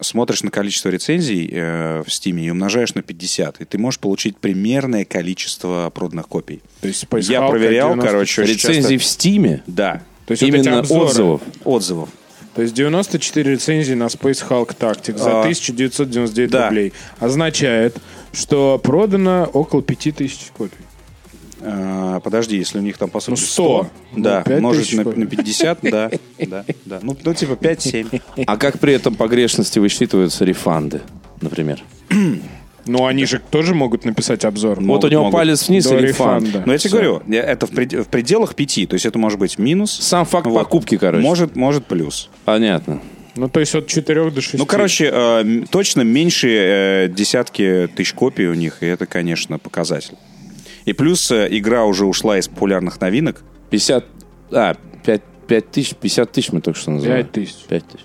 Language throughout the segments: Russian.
смотришь на количество рецензий э, в Steam и умножаешь на 50, и ты можешь получить примерное количество проданных копий. То есть Я поискал, проверял, 90 короче, очень Рецензии часто- в Стиме? Да, То есть вот эти Именно обзоры. отзывов. отзывов. То есть 94 рецензии на Space Hulk Tactics за А, 1999 да. рублей. Означает, что продано около 5000 копий. Э, подожди, если у них там по сути 100. Ну, да, 5 умножить тысяч на, копий. на 50, да, да, да. Ну, ну, типа 5-7. А как при этом погрешности высчитываются рефанды, например? Ну, они же тоже могут написать обзор. Ну, Вот у него могут. палец вниз До и рефанд. рефанда. Но я тебе Всё. говорю, я- это в, пред- в пределах 5, то есть это может быть минус. Сам факт Вот. покупки, короче. Может, может плюс. Понятно. Ну, то есть от 4 до 6. Ну, короче, э, м, точно меньше э, десятки тысяч копий у них, и это, конечно, показатель. И плюс э, игра уже ушла из популярных новинок. 50... А, 5, тысяч, 50 тысяч мы только что называли. 5 тысяч. 5 тысяч.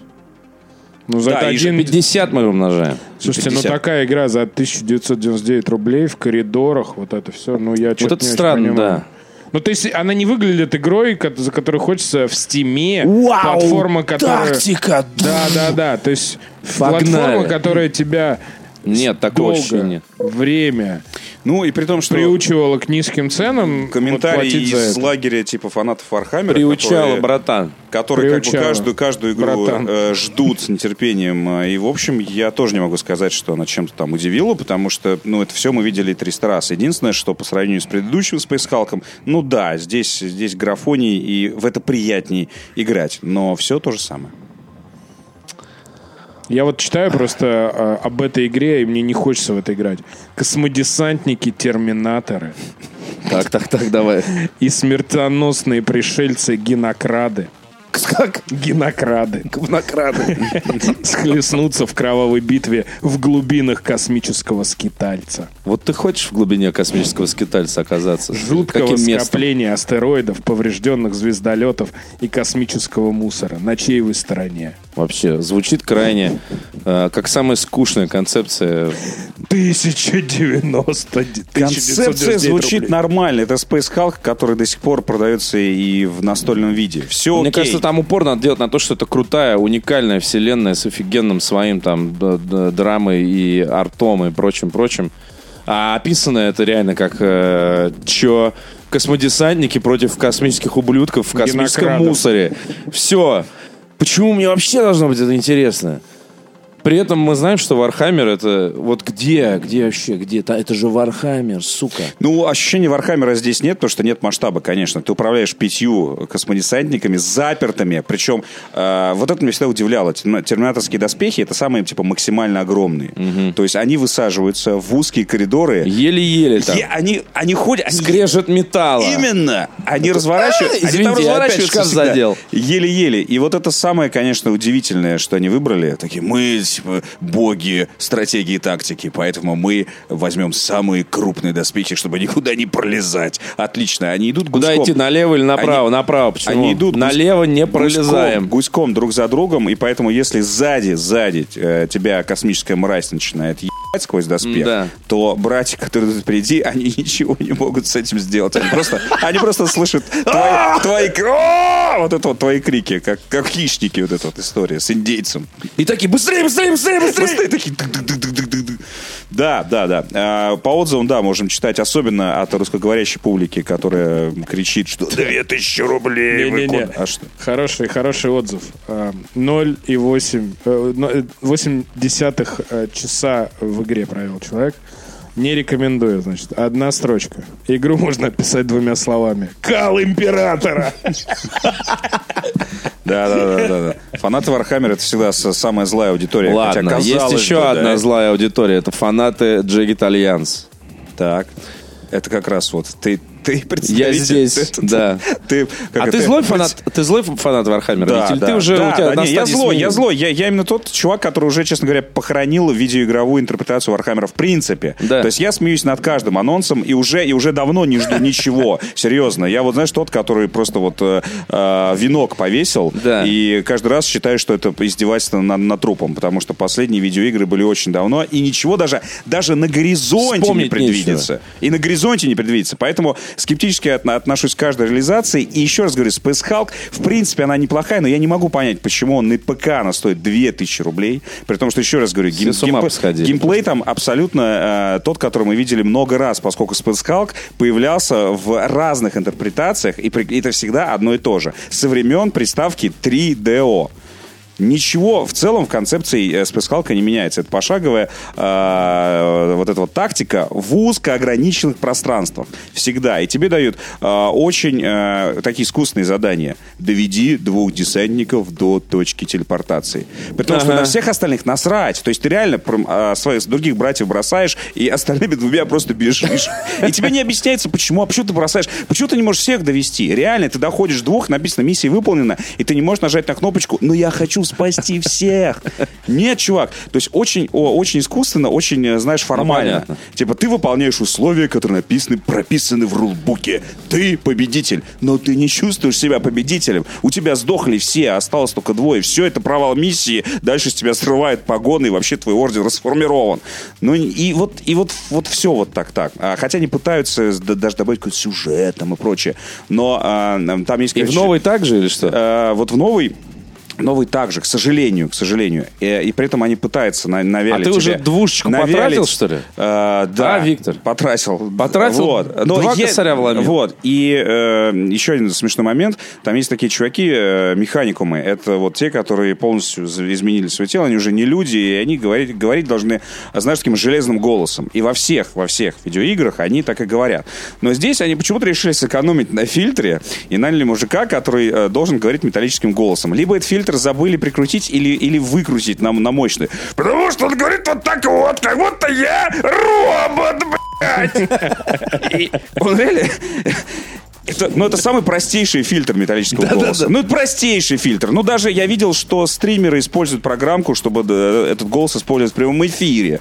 Ну, за да, это и же один... 50 мы умножаем. Слушайте, 50. ну такая игра за 1999 рублей в коридорах, вот это все, ну я чё-то это не очень странно, понимаю. Ну, то есть она не выглядит игрой, ко- за которую хочется в стиме. платформа, которая... Тактика! Да, да, да. То есть Погнали. платформа, которая тебя Нет, такого долго, ощущения нет. время Ну, и при том, что приучивала к низким ценам, вот комментарии платить за из это. лагеря типа фанатов Вархаммера, Приучало, которые, братан. которые как бы Приучало. каждую, каждую игру Братан. э, ждут с нетерпением. Э, И, в общем, я тоже не могу сказать, что она чем-то там удивила, потому что, ну, это все мы видели 300 раз. Единственное, что по сравнению с предыдущим Space Hulk, ну да, здесь, здесь графоний, и в это приятней играть, но все то же самое. Я вот читаю просто э, об этой игре, и мне не хочется в это играть. Космодесантники, терминаторы Так, так, так, давай. и смертоносные пришельцы генокрады. Как? Генокрады Говнокрады. схлестнутся в кровавой битве в глубинах космического скитальца. Вот ты хочешь в глубине космического скитальца оказаться? Жуткого Каким местом? скопления астероидов, поврежденных звездолетов и космического мусора. На чьей вы стороне? Вообще, звучит крайне э, как самая скучная концепция. 1090 Концепция 1999 звучит рублей. нормально. Это Space Hulk, который до сих пор продается и в настольном виде. Все Мне кажется, там упор надо делать на то, что это крутая, уникальная вселенная с офигенным своим там д- д- драмой и артом и прочим-прочим. А описано это реально как э, чё космодесантники против космических ублюдков в космическом Генокрадов. мусоре. Все. Почему мне вообще должно быть это интересно? При этом мы знаем, что Вархаммер это вот где, где вообще, где? Та- Это же Вархаммер, сука. Ну, ощущения Вархаммера здесь нет, потому что нет масштаба, конечно. Ты управляешь пятью космодесантниками, запертыми. Причем, э, вот это меня всегда удивляло. Терми- Терминаторские доспехи — это самые, типа, максимально огромные. То есть они высаживаются в узкие коридоры. Еле-еле там. И они, они ходят... они- Скрежет металла. Именно. Они разворачиваются. Они там «А, извините, я опять разворачиваются шкаф всегда. задел». Еле-еле. И вот это самое, конечно, удивительное, что они выбрали. Такие, мы типа, боги стратегии и тактики, поэтому мы возьмем самые крупные доспехи, чтобы никуда не пролезать. Отлично. Они идут Куда гуськом. идти, налево или направо? Они- направо. Почему? Они идут гусь- налево не гуськом- пролезаем. Гуськом друг за другом, и поэтому, если сзади, сзади э, тебя космическая мразь начинает ебать сквозь доспех, М-да. то братья, которые идут впереди, они ничего не могут с этим сделать. Они просто, они просто слышат твои, твои кр- «А!» вот это вот твои крики, как, как хищники, вот эта вот история с индейцем. И такие, быстрее, быстрее, быстрее, быстрее. Быстрее такие. «Дык-дык-дык-дык-дык-дык». Да, да, да. А, По отзывам, да, можем читать, особенно от русскоговорящей публики, которая кричит, что «Две тысячи рублей!» вы Не-не-не. кон-». А что? Хороший, хороший отзыв. Эм, 0,8 э, но- э, восемь десятых э, часа в игре провел человек. Не рекомендую, значит. Одна строчка. Игру можно описать двумя словами. Кал императора! Да, да, да, да, да. Фанаты Вархаммера это всегда с- самая злая аудитория. Ладно, хотя, есть казалось еще бы, да, одна это- злая аудитория. Это фанаты Джек Итальянс. Так. Это как раз вот ты, ты Я представитель. ты- здесь, ты- да. Ты, как А это- ты злой фанат, ты злой фанат Вархаммера? Да, ведь? Или да. ты уже Да, у тебя да, на не, я стадии злой, я смирения? злой. Я, я именно тот чувак, который уже, честно говоря, похоронил видеоигровую интерпретацию Вархаммера в принципе. Да. То есть я смеюсь над каждым анонсом и уже, и уже давно не жду ничего. Серьезно. Я вот, знаешь, тот, который просто вот э, э, венок повесил Да. и каждый раз считаю, что это издевательство над, над трупом, потому что последние видеоигры были очень давно и ничего даже, даже на горизонте не Вспомнить предвидится. нечего. И на горизонте не предвидится. Поэтому скептически отно- отношусь к каждой реализации. И еще раз говорю, Space Hulk, в принципе, она неплохая, но я не могу понять, почему он на ПК она стоит 2000 рублей. При том, что, еще раз говорю, Все с ума геймпе- посходили. геймплей там абсолютно э, тот, который мы видели много раз, поскольку Space Hulk появлялся в разных интерпретациях, и, при- и это всегда одно и то же. Со времен приставки 3DO. Ничего в целом в концепции э, Space Hulk не меняется. Это пошаговая э, вот эта вот тактика в узко ограниченных пространствах. Всегда. И тебе дают э, очень э, такие искусственные задания. Доведи двух десантников до точки телепортации. Потому что Ага. на всех остальных насрать. То есть ты реально прям, э, своих других братьев бросаешь, и остальными двумя просто бежишь. И тебе не объясняется, почему, а почему ты бросаешь, почему ты не можешь всех довести. Реально, ты доходишь двух, написано, миссия выполнена, и ты не можешь нажать на кнопочку, но я хочу спасти всех. Нет, чувак. То есть очень, о, очень искусственно, очень, э, знаешь, формально. понятно. Типа ты выполняешь условия, которые написаны, прописаны в рулбуке. Ты победитель, но ты не чувствуешь себя победителем. У тебя сдохли все, а осталось только двое. Все это провал миссии. Дальше с тебя срывает погоны, и вообще твой орден расформирован. Ну и- и вот, и вот, вот все вот так так. А, хотя они пытаются с- да- даже добавить какой-то сюжет там и прочее. Но а, м, там есть... И в короче, новой также или что? э, вот в новый Новый также, к сожалению, к сожалению. Э, И, при этом они пытаются на, навялить А ты уже тебе- двушечку потратил, что ли? Э, да. А, Виктор? Потратил. Потратил? Вот. Два косаря вломил. Вот. И э, еще один смешной момент. Там есть такие чуваки, э, механикумы. Это вот те, которые полностью за- изменили свое тело. Они уже не люди, и они говорить, говорить должны, а, знаешь, таким железным голосом. И во всех, во всех видеоиграх они так и говорят. Но здесь они почему-то решили сэкономить на фильтре и наняли мужика, который э, должен говорить металлическим голосом. Либо этот фильтр забыли прикрутить или, или выкрутить на, на мощный. Потому что он говорит вот так вот, как будто я робот, блядь. И он реально... Это, ну, это самый простейший фильтр металлического голоса. Ну, это простейший фильтр. Ну, даже я видел, что стримеры используют программку, чтобы э, этот голос использовать в прямом эфире.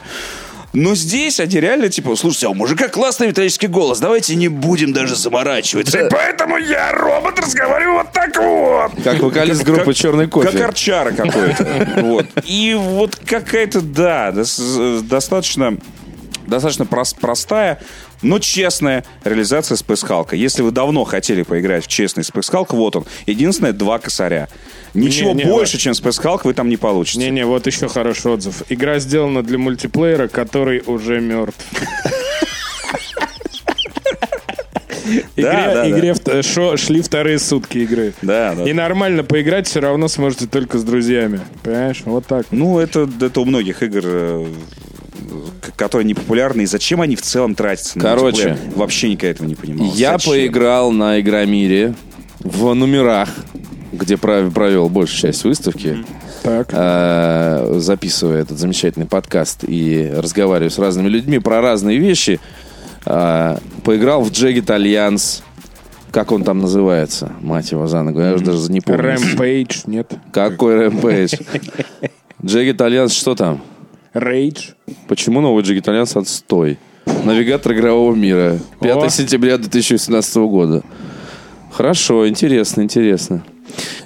Но здесь они реально, типа, слушайте, а у мужика классный металлический голос, давайте не будем даже заморачиваться. Поэтому я, робот, разговариваю вот так вот. Как вокалист группы Как- «Черный кофе». Как арчара какой-то. Вот. И вот какая-то, да, дос- достаточно достаточно прос- простая, но честная реализация Space Hulk. Если вы давно хотели поиграть в честный Space Hulk, вот он. Единственное, два косаря. Ничего Не, не, больше, чем Space Hulk, вы там не получите. Не-не, вот еще хороший отзыв. Игра сделана для мультиплеера, который уже мертв. да, да. игре вт- шо- шли вторые сутки игры. Да, да. И нормально поиграть все равно сможете только с друзьями. Понимаешь? Вот так. Ну, это, это у многих игр, э, к- которые не популярны. И зачем они в целом тратятся на Короче. мультиплеер? Вообще никогда этого не понимал. Я Зачем? поиграл на Игромире в номерах, где прав- провел большую часть выставки, Так. А, э, записывая этот замечательный подкаст и разговаривая с разными людьми про разные вещи. Э, Поиграл в Джегет Альянс. Как он там называется? Мать его за ногу. Я уже даже ну, не помню. Рэмпейдж, нет. Какой Рэмпейдж? Джегет Альянс что там? Рейдж. Почему новый Джигит Альянс отстой? Навигатор игрового мира. 5 О. сентября 2018 года. Хорошо, интересно, интересно.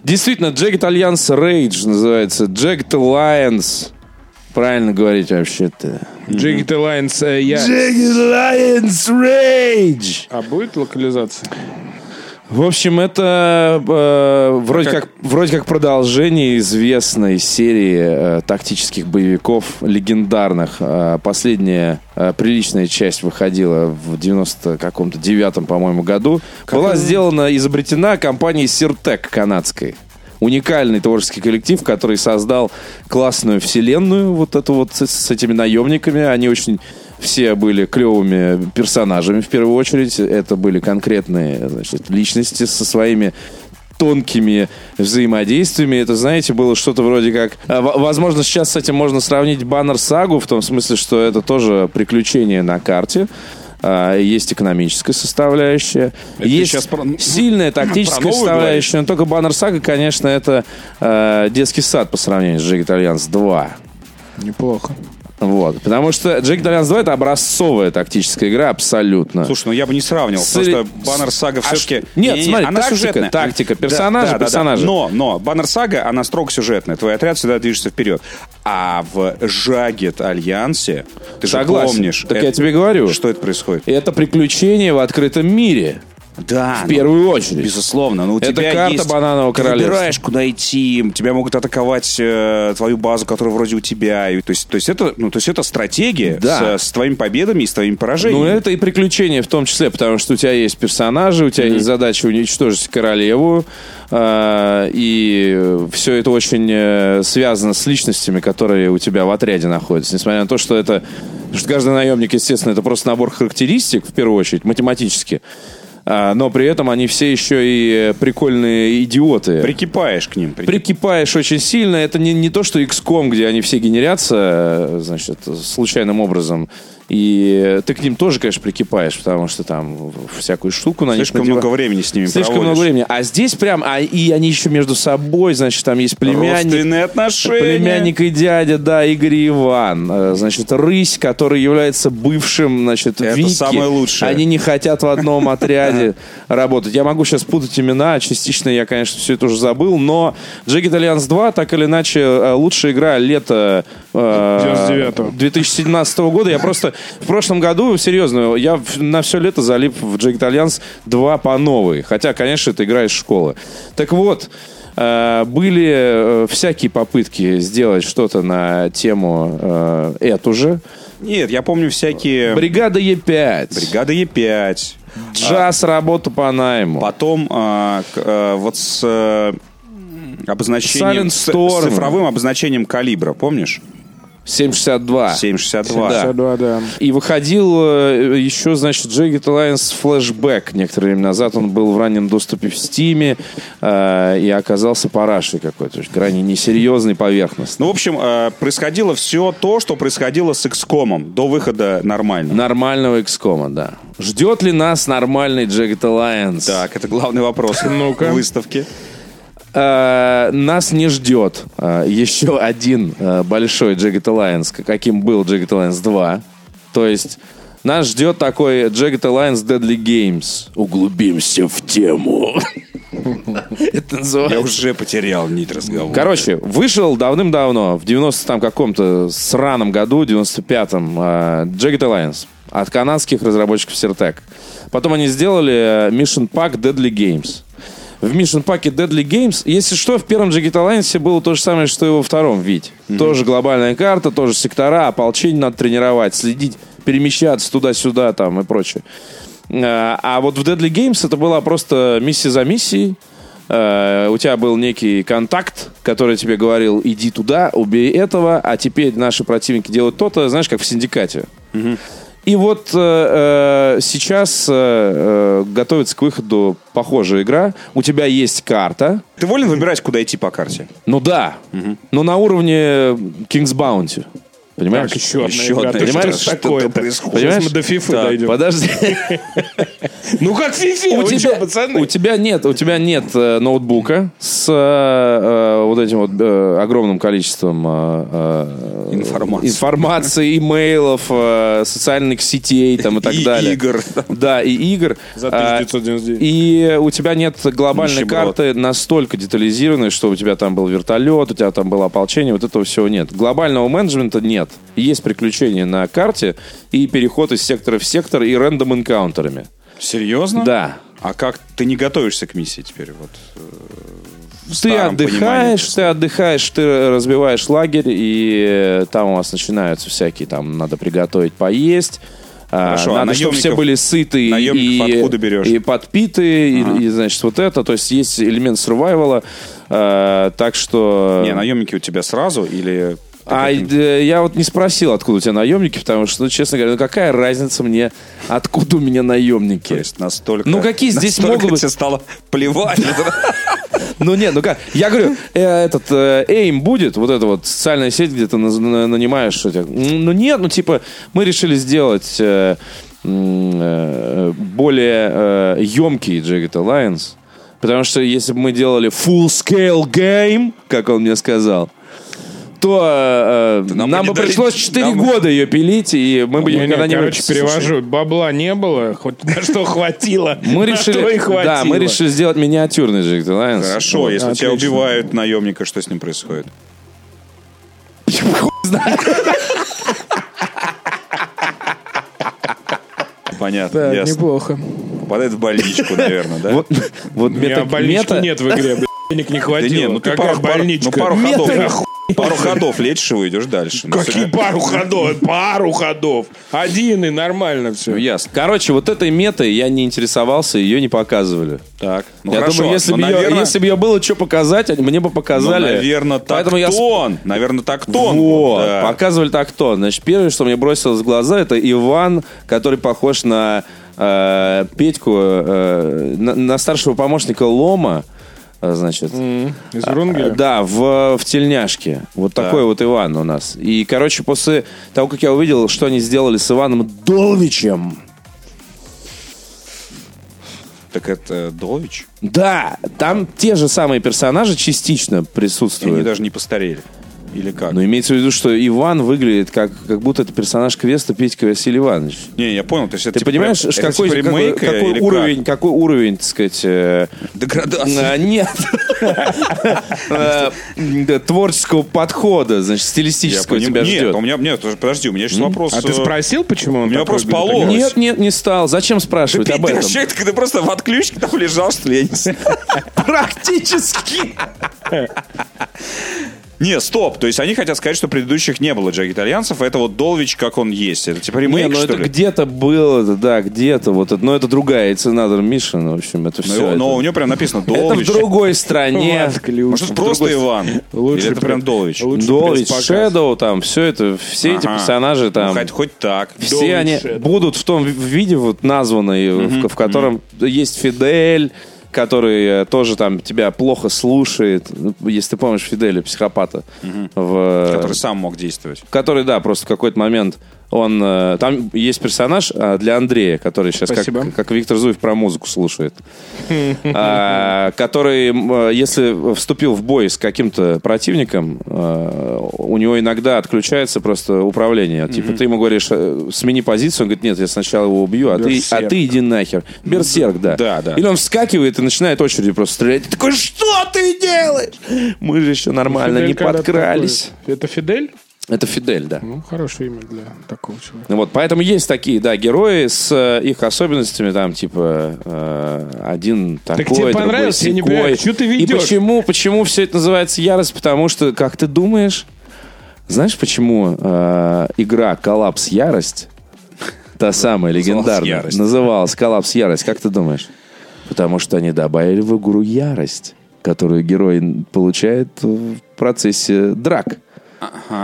Действительно, Джегет Альянс Рейдж называется. Джегет Альянс. Правильно говорить вообще-то. Джигит Лайнс э, я. Джегет Альянс Рейдж. А будет локализация? В общем, это э, вроде, как... Как- вроде как продолжение известной серии э, тактических боевиков легендарных. Э, последняя э, приличная часть выходила в 90 каком-то девятом, по-моему, году. Была сделана, изобретена компанией Сиртек канадской. Уникальный творческий коллектив, который создал классную вселенную вот эту вот с, с этими наемниками. Они очень все были клевыми персонажами в первую очередь. Это были конкретные значит, личности со своими тонкими взаимодействиями. Это, знаете, было что-то вроде как... а, в- Возможно, сейчас с этим можно сравнить баннер-сагу, в том смысле, что это тоже приключение на карте. А, Есть экономическая составляющая. Это ты есть щас про- ну, сильная тактическая новую говоришь? составляющая. Но только баннер-сага, конечно, это э, детский сад по сравнению с Джек Итальянс 2. Неплохо. Вот. Потому что Джек Далянс 2 это образцовая тактическая игра абсолютно. Слушай, ну я бы не сравнивал, С- потому что Баннер Сага А все-таки... ш- нет, смотри, тактика, тактика, персонажи, персонажи. Но, но, Баннер Сага, она строго сюжетная. Твой отряд всегда движется вперед. А в Жагет Альянсе, ты же Согласен. помнишь... Так я тебе говорю. Что это происходит? И Это приключение в открытом мире. Да, ну, В первую очередь. Безусловно, но у Это тебя карта есть- бананового ты королевства. выбираешь, куда идти, тебя могут атаковать э, твою базу, которая вроде у тебя. И, то, есть, то, есть это, ну, то есть это стратегия Да. с, с твоими победами и с твоими Ну, поражениями. это и приключения в том числе, потому что у тебя есть персонажи, у тебя есть задача уничтожить королеву, э, и все это очень э, связано с личностями, которые у тебя в отряде находятся. Несмотря на то, что это... потому что каждый наемник, естественно, это просто набор характеристик, в первую очередь, математически. А, но при этом они все еще и э, прикольные идиоты. Прикипаешь к ним. прикип- прикипаешь очень сильно. Это не, не то, что XCOM, где они все генерятся, э, значит, случайным образом. И ты к ним тоже, конечно, прикипаешь, потому что там всякую штуку на них Слишком надеваешь. много времени с ними типа, Слишком проводишь. много времени. А здесь прям, а, и они еще между собой, значит, там есть племянник, Родственные отношения. племянник и дядя, да, Игорь и Иван. Э, Значит, рысь, который является бывшим, значит, Это Вики. самое лучшее. Они не хотят в одном отряде работать. Я могу сейчас путать имена, частично я, конечно, все это уже забыл, но Джек Итальянс 2, так или иначе, э, лучшая игра лета э, 99-го. 2017 года. Я просто в прошлом году, серьезно, я в- на все лето залип в Джек Итальянс 2 по новой. Хотя, конечно, это игра из школы. Так вот, э, были э, всякие попытки сделать что-то на тему э, эту же. Нет, я помню всякие... Бригада Е5. Бригада Е5. Джаз, работа по найму. Потом а, к- а, вот с э, обозначением... Silent с- Storm. с цифровым обозначением калибра, помнишь? 762. 7,62. Да. 52, да. И выходил э, еще, значит, Jagged Alliance Flashback некоторое время назад. Он был в раннем доступе в Стиме э, и оказался парашей какой-то. Крайне несерьезный, поверхностный. Ну, в общем, э, происходило все то, что происходило с XCOM до выхода нормально. Нормального XCOM, да. Ждет ли нас нормальный Jagged Alliance? Так, это главный вопрос Ну-ка. выставки. Э, нас не ждет э, еще один э, большой Jagged Alliance, к- каким был Jagged Alliance 2. То есть нас ждет такой Jagged Alliance Deadly Games. Углубимся в тему. Это Я называется. уже потерял нить разговора. Короче, вышел давным-давно, в 90 там каком-то сраном году, 95-м, э, Jagged Alliance от канадских разработчиков Сертек. Потом они сделали э, Mission Pack Deadly Games. В Mission Pack Deadly Games, если что, в первом Jagged Alliance было то же самое, что и во втором, ведь. Тоже глобальная карта, тоже сектора, ополчение надо тренировать, следить, перемещаться туда-сюда там и прочее. Э, А вот в Deadly Games это была просто миссия за миссией. Э, У тебя был некий контакт, который тебе говорил, иди туда, убей этого, а теперь наши противники делают то-то, знаешь, как в синдикате. И вот э, э, сейчас э, э, готовится к выходу похожая игра. У тебя есть карта. Ты волен выбирать, куда идти по карте? Ну да, но на уровне King's Bounty. Понимаешь? Так, еще одна еще игра. одна Ты игра. что ж Что-то такое-то? происходит. Сейчас Понимаешь? мы до фифы Так, дойдем. подожди. Ну как фифи? у, Вы тебя, чё, пацаны? у тебя нет, у тебя нет э, ноутбука с э, э, вот этим вот э, огромным количеством э, э, Информации. информации, имейлов, э, социальных сетей там и так И далее. игр. Да, и игр. За А, 1999. И у тебя нет глобальной Нищеброд. карты настолько детализированной, что у тебя там был вертолет, у тебя там было ополчение, вот этого всего нет. Глобального менеджмента нет. Есть приключения на карте и переход из сектора в сектор и рандом энкаунтерами. Серьезно? Да. А как ты не готовишься к миссии теперь? Вот. э, в Ты старом понимании отдыхаешь, этого ты отдыхаешь, ты разбиваешь лагерь, и э, там у вас начинаются всякие, там надо приготовить поесть. а, Хорошо, а Надо, чтобы наемников- все были сыты наемников и, откуда берешь? и подпиты, и- и, значит, вот это. То есть есть элемент срвайвала. э, так что... Не, наемники у тебя сразу или... А ты как-то- э, я вот не спросил, откуда у тебя наемники, потому что, ну, честно говоря, ну какая разница мне, откуда у меня То наемники? есть настолько... Ну, какие здесь настолько могут быть- тебе стало плевать. Ну нет, ну как, я говорю, э, этот э, AIM будет, вот эта вот социальная сеть, где ты наз- на- нанимаешь этих. Ну нет, ну типа мы решили сделать э, м, э, более э, емкий Jagged Alliance, потому что если бы мы делали full-scale game, как он мне сказал, то э, нам нам, бы не бы дали- пришлось 4 нам бы- года ее пилить, и мы бы ее Не-не, никогда не короче, выпустили. перевожу. Бабла не было, хоть на что хватило. Мы на то и решили, хватило. да, мы решили сделать миниатюрный Джек Лайнс. Хорошо, Вот, если тебя отлично. убивают наемника, что с ним происходит? Понятно, Так, ясно. неплохо. Попадает в больничку, наверное, да? Вот, вот У меня мета, больнички мета- нет в игре, блядь. Денег не Да хватило. не, ну ты Какая пару, пару- ну, больничка? пару Мета ходов, нахуй. пару ходов лечишь его, идешь дальше. Ну, Какие всегда- пару ходов? Пару ходов. Один и нормально все. Ну, Ясно. Короче, вот этой метой я не интересовался, ее не показывали. Так, ну Ну, я хорошо, думаю, если но, бы, ее, наверное- если бы ее было что показать, они- мне бы показали. наверное, Поэтому я с- тактон. Наверное, тактон. Вот, Да. показывали так то. Значит, первое, что мне бросилось в глаза, это Иван, который похож на э, Петьку, э, на, на старшего помощника Лома, э, значит. Из ну, Рунгеля? А, Да, в, в тельняшке. Вот такой вот Иван у нас. И, короче, после того, как я увидел, что они сделали с Иваном Долвичем, Так это Долович? да, там те же самые персонажи частично И Они присутствуют. даже не постарели. Или как? Но имеется в виду, что Иван выглядит как, как будто это персонаж квеста Петька Василий Иванович. Не, я понял. То есть это Ты типа понимаешь, прям- это какой, типа какой, ремейк, э, какой или как? А, уровень, какой уровень, так сказать, э, Деградация. э, нет, Э, да, творческого подхода, значит, Я стилистического поним- тебя нет, ждет. у меня, нет, подожди, у меня сейчас вопрос. А ты э, спросил, почему он меня такой просто говорит? поломал. Они- Нет, нет, не стал. Зачем спрашивать Петь, об ты этом? вообще, ты, ты просто в отключке там лежал, что ли? Я не знаю. Практически. Не, стоп. То есть они хотят сказать, что предыдущих не было Джек Итальянцев, а это вот Долвич, как он есть. Это типа Не, ремейк, ну что это ли? где-то было, это, да, где-то вот это, но это другая, it's another mission, в общем, это Ну, все. его- но у него прям написано это в Долвич. другой стране. Вот ключ. Может, это просто Иван? Или Лучше это прям пред- Долвич? лучше Долвич, предпоказ. Shadow, там, все это, все эти Ага. персонажи Ну, там. хоть, хоть так. Все они будут в том ви- виде вот названные, в, в котором есть Фидель, который э, тоже там тебя плохо слушает. Ну, Если ты помнишь Фиделя, психопата. в- э, Который сам мог действовать. который, да, просто в какой-то момент он... э, Там есть персонаж э, для Андрея, который сейчас как, Спасибо. как Виктор Зуев про музыку слушает. А, Который, м, э, если вступил в бой с каким-то противником, э, у него иногда отключается просто управление. Типа ты ему говоришь, э, смени позицию, он говорит, нет, я сначала его убью, а ты, а Берсерк. ты иди нахер. Берсерк, да. да, да. Или он вскакивает и начинает очередью просто стрелять. Ты такой, что ты делаешь? Мы же еще нормально Фидель не когда подкрались. такой- Это Фидель? Это Фидель, да. Ну, хорошее имя для такого человека. Ну Вот, поэтому есть такие, да, герои с э, их особенностями, там, типа, э, один такой, тебе другой понравилось, я не сякой. понимаю, чё ты И ведёшь? почему, почему все это называется ярость? Потому что, как ты думаешь, знаешь, почему э, игра «Коллапс Ярость», та самая легендарная, «Ярость». называлась «Коллапс Ярость», как ты думаешь? Потому что они добавили в игру ярость, которую герой получает в процессе драк.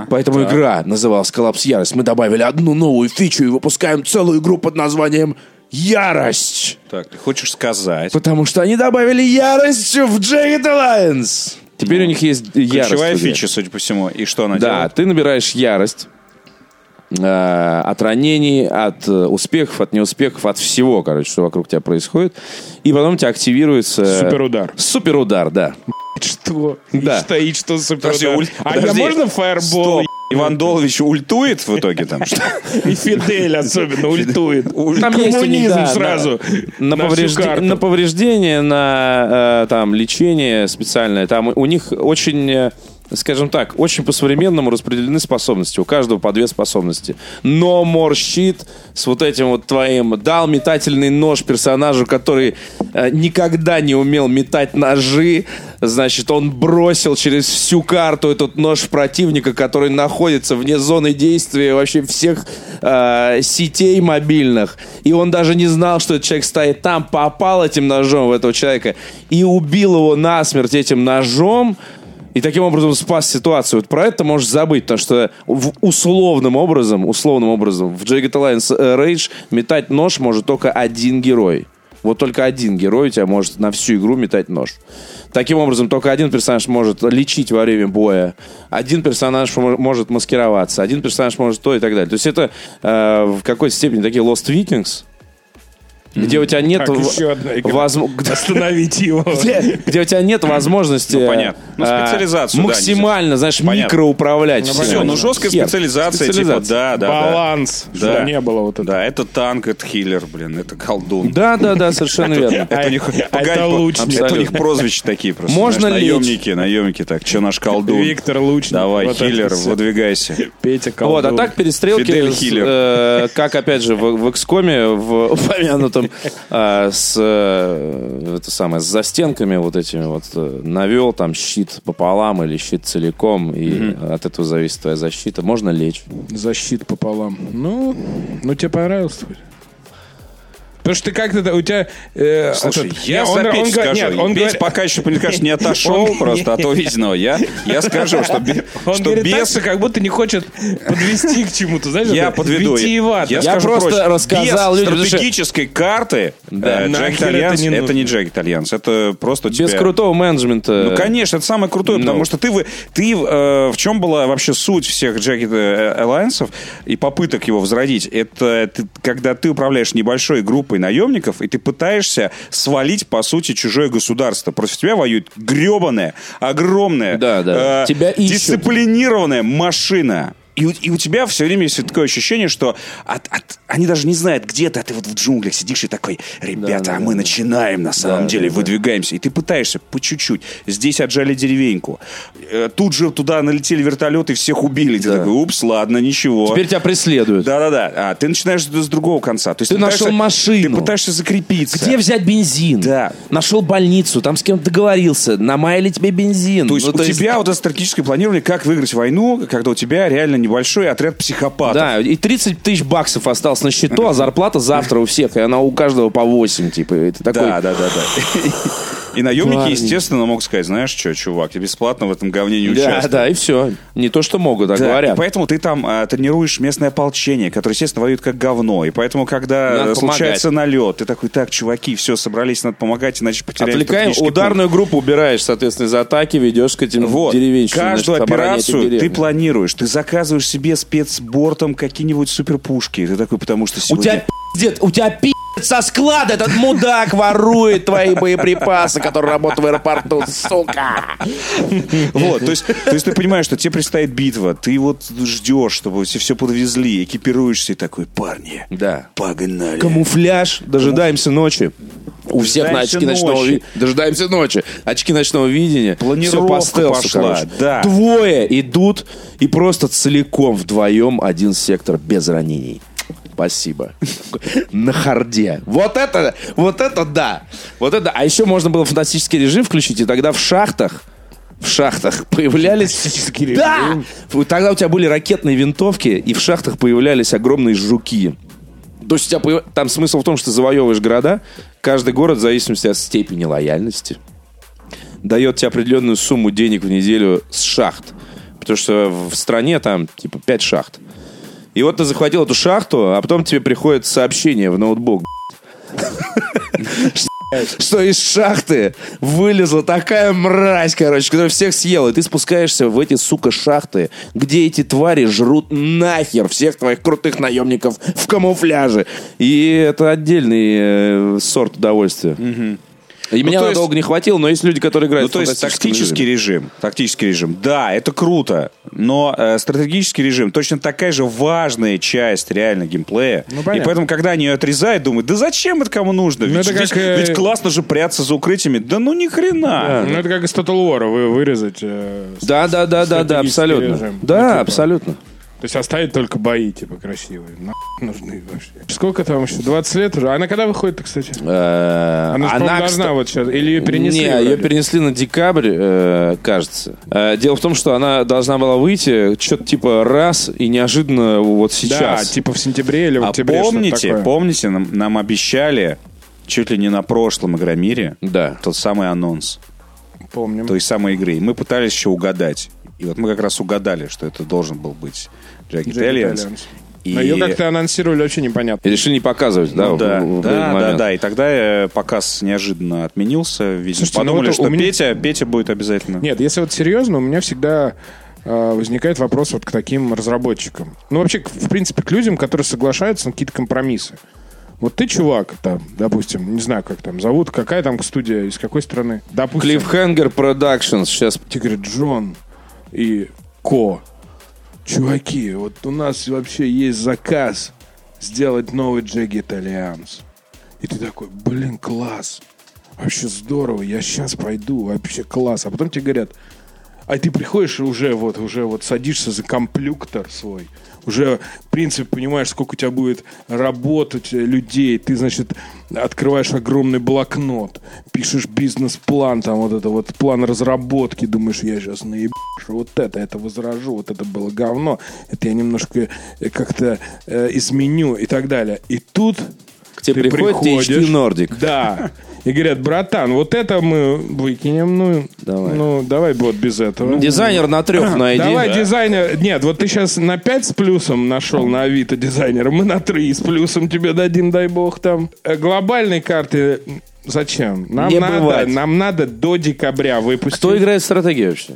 Поэтому игра называлась «Коллапс Ярость». Мы добавили одну новую фичу и выпускаем целую игру под названием «Ярость». Так, ты хочешь сказать? Потому что они добавили ярость в Jagged Alliance. Теперь у них есть ярость. Ключевая в игре. фича, судя по всему. И что она Да, делает? ты набираешь ярость э, от ранений, от э, успехов, от неуспехов, от всего, короче, что вокруг тебя происходит. И потом у тебя активируется... Суперудар. Суперудар, да. Что? Да. И что, и что супер. Подожди, уль- А я подожди. можно фаербол? Стоп. Иван Долович ультует в итоге там? что ли? И Фидель особенно ультует. Там есть у них, Коммунизм да, сразу. на, всю поврежде- карту. на повреждение, на э, там, лечение специальное. Там у- у них очень, э, скажем так, очень по-современному распределены способности. У каждого по две способности. Но more щит с вот этим вот твоим дал метательный нож персонажу, который э, никогда не умел метать ножи. Значит, он бросил через всю карту этот нож противника, который находится вне зоны действия вообще всех э, сетей мобильных. И он даже не знал, что этот человек стоит там, попал этим ножом в этого человека и убил его насмерть этим ножом. И таким образом спас ситуацию. Вот про это можешь забыть, потому что в- условным образом, условным образом в Jagged Alliance э, Rage метать нож может только один герой. Вот только один герой у тебя может на всю игру метать нож. Таким образом, только один персонаж может лечить во время боя, один персонаж мо- может маскироваться, один персонаж может то и так далее. То есть это э, в какой-то степени такие Lost Vikings, где у тебя нет Так, еще одна игра. возможности... Остановите его. где, где у тебя нет возможности Ну, понятно. Ну, э, специализацию, да, максимально, знаешь, Понятно. микроуправлять. всем. Все, ну жесткая Хер. специализация, Специализация. типа, да, да, да. Баланс. Чтобы не было вот этого. Да, это танк, это хиллер, блин, это колдун. Да, да, да, совершенно верно. Это у них, это погодь, по- лучник. это у них Абсолютно. прозвища такие просто. Можно знаешь, лечь. Наемники, наемники, так, че наш колдун? Виктор Лучник. Давай, Вот это хиллер, всё. выдвигайся. Петя Вот, а Колдун. так перестрелки, Фидель с, Хиллер. э, как опять же в, в XCOM, в упомянутом, э, с, э, это самое, с застенками вот этими вот, э, навел там щит пополам или щит целиком, и от этого зависит твоя защита. Можно лечь. Защит пополам. Ну, ну тебе понравилось? хоть? Потому что ты как-то, да, у тебя... э, Слушай, этот- я Не, с он- опять он же говорит- скажу, нет, он Петя говорит- пока еще, мне кажется, не отошел просто от увиденного. Я, я скажу, что, бе- Он что говорит так, без... что как будто не хочет подвести к чему-то, знаешь? Я это подведу. витиевато. Я, скажу просто проще. рассказал без людям, потому что- стратегической карты Да, э, нахер Джек это Итальянс, не это, нужно. не Джек Итальянс, это просто у Без тебя- крутого менеджмента. Ну, конечно, это самое крутое, Ну. потому что ты, вы- ты э, в чем была вообще суть всех Jacket э, Alliance и попыток его возродить? Это ты- когда ты управляешь небольшой группой наемников, и ты пытаешься свалить, по сути, чужое государство. Против тебя воюет гребаная, огромная, э, Да, да. Тебя ищут. дисциплинированная машина. И у, и у тебя все время есть такое ощущение, что от- от- они даже не знают, где ты, а ты вот в джунглях сидишь и такой, ребята, да, а мы да. начинаем на самом Да, деле, да, да. выдвигаемся. И ты пытаешься по чуть-чуть. Здесь отжали деревеньку. Э, Тут же туда налетели вертолеты, всех убили. Ты Да. такой, упс, ладно, ничего. Теперь тебя преследуют. Да-да-да. А, ты начинаешь с другого конца. То есть Ну, Ты пытаешься- нашел машину. Ты пытаешься закрепиться. Где взять бензин? Да. Нашел больницу, там с кем-то договорился, намаяли тебе бензин. То есть Ну, у тебя вот это стратегическое планирование, как выиграть войну, когда у тебя реально небольшой отряд психопатов. Да, и 30 тысяч баксов осталось на счету, а зарплата завтра у всех, и она у каждого по 8, типа. И ты такой, Да, да, да, да. И наемники, Парни. естественно, могут сказать, знаешь что, чувак, я бесплатно в этом говне не да, участвую. да, и все. Не то, что могут, а Да, и говорят. поэтому ты там а, тренируешь местное ополчение, которое, естественно, воюет как говно. И поэтому, когда Надо э, случается налет, ты такой, так, чуваки, все, собрались, надо помогать, иначе потеряем Отвлекаем, стратегический ударную группу убираешь, соответственно, из атаки, ведешь к этим пункт». Вот. деревенщинам. Каждую значит, оборонять эти операцию деревни. ты планируешь. Ты заказываешь себе спецбортом какие-нибудь суперпушки. Ты такой, потому что У сегодня... тебя пиздец, у тебя пиздец со склада этот мудак ворует твои боеприпасы, который работает в аэропорту, сука. Вот, то есть, то есть ты понимаешь, что тебе предстоит битва. Ты вот ждешь, чтобы все, все подвезли, экипируешься и такой, парни, Да. погнали. Камуфляж. Дожидаемся ночи. У всех на Дожидаемся очки ночного ночи. видения. Дожидаемся ночи. Очки ночного видения. Планировка Все по стелсу, пошла, короче. да. Двое идут и просто целиком вдвоем один сектор без ранений. Спасибо. На харде. Вот это, вот это да. Вот это. А еще можно было фантастический режим включить, и тогда в шахтах в шахтах появлялись... Фантастический Да! режим. Вот Тогда у тебя были ракетные винтовки, и в шахтах появлялись огромные жуки. То есть у тебя появ- там смысл в том, что ты завоевываешь города, каждый город в зависимости от степени лояльности дает тебе определенную сумму денег в неделю с шахт. Потому что в стране там типа 5 шахт. И вот ты захватил эту шахту, а потом тебе приходит сообщение в ноутбук. Что из шахты вылезла такая мразь, короче, которая всех съела. И ты спускаешься в эти, сука, шахты, где эти твари жрут нахер всех твоих крутых наемников в камуфляже. И это отдельный э, сорт удовольствия. Ну, И меня то на есть- долго не хватило, но есть люди, которые Ну, играют то есть фантастическом тактический режиме. режим, тактический режим, да, это круто, но э, стратегический режим точно такая же важная часть реально геймплея. Ну, и понятно. поэтому, когда они ее отрезают, думают, да зачем это кому нужно? Ну, Ведь, это здесь- как, э, ведь классно же прятаться за укрытиями. Да ну ни хрена. Ну, это как из Total War вы вырезать. э, с- Да, да, да, да, да, Стратегический абсолютно. режим. Да, Ну, типа. абсолютно. То есть оставить только бои, типа, красивые. Нахуй нужны вообще. Сколько там еще? 20 лет уже? Она когда выходит-то, кстати? Э, Она, же, по-моему, кста- должна вот сейчас. Или ее перенесли? Не, вроде. ее перенесли на декабрь, э, кажется. Э, дело в том, что она должна была выйти что-то типа раз и неожиданно вот Да, сейчас. типа в сентябре или в а октябре. что-то помните, такое. помните, нам, нам обещали чуть ли не на прошлом Игромире Да. тот самый анонс Помним. той самой игры. И мы пытались еще угадать. И вот мы как раз угадали, что это должен был быть Jack Jagged Italians. Alliance. Но ее как-то анонсировали вообще непонятно. И решили не показывать, да? Ну в- да, в- в да, этот да, момент. да. И тогда э, показ неожиданно отменился. Видимо, Слушайте, ну подумали, вот у что меня- Петя, Петя будет обязательно. Нет, если вот серьезно, у меня всегда э, возникает вопрос вот к таким разработчикам. Ну, вообще, к- в принципе, к людям, которые соглашаются на какие-то компромиссы. Вот ты, чувак, там, допустим, не знаю, как там зовут, какая там студия, из какой страны. Допустим, Cliffhanger Productions сейчас тебе говорят, Джон и Ко, чуваки, вот у нас вообще есть заказ сделать новый Джеги Итальянс. И ты такой, блин, класс. Вообще здорово, я сейчас пойду, вообще класс. А потом тебе говорят, а ты приходишь и уже вот, уже вот садишься за комплюктор свой. Уже, в принципе, понимаешь, сколько у тебя будет работать э, людей. Ты, значит, открываешь огромный блокнот, пишешь бизнес-план, там вот это вот план разработки, думаешь, я сейчас наеб что вот это, это возражу, вот это было говно, это я немножко э, как-то э, изменю и так далее. И тут к тебе ты приходит приходишь, THT Nordic. да. И говорят, братан, вот это мы выкинем, ну Давай. ну, давай вот без этого. Дизайнер на трех найди. Давай Да. дизайнер. Нет, вот ты сейчас на 5 с плюсом нашел на Авито дизайнера. Мы на 3 с плюсом тебе дадим, дай бог там. Э, Глобальной карты м, зачем? Нам Не надо, бывать. нам надо до декабря выпустить. Кто играет в стратегию вообще?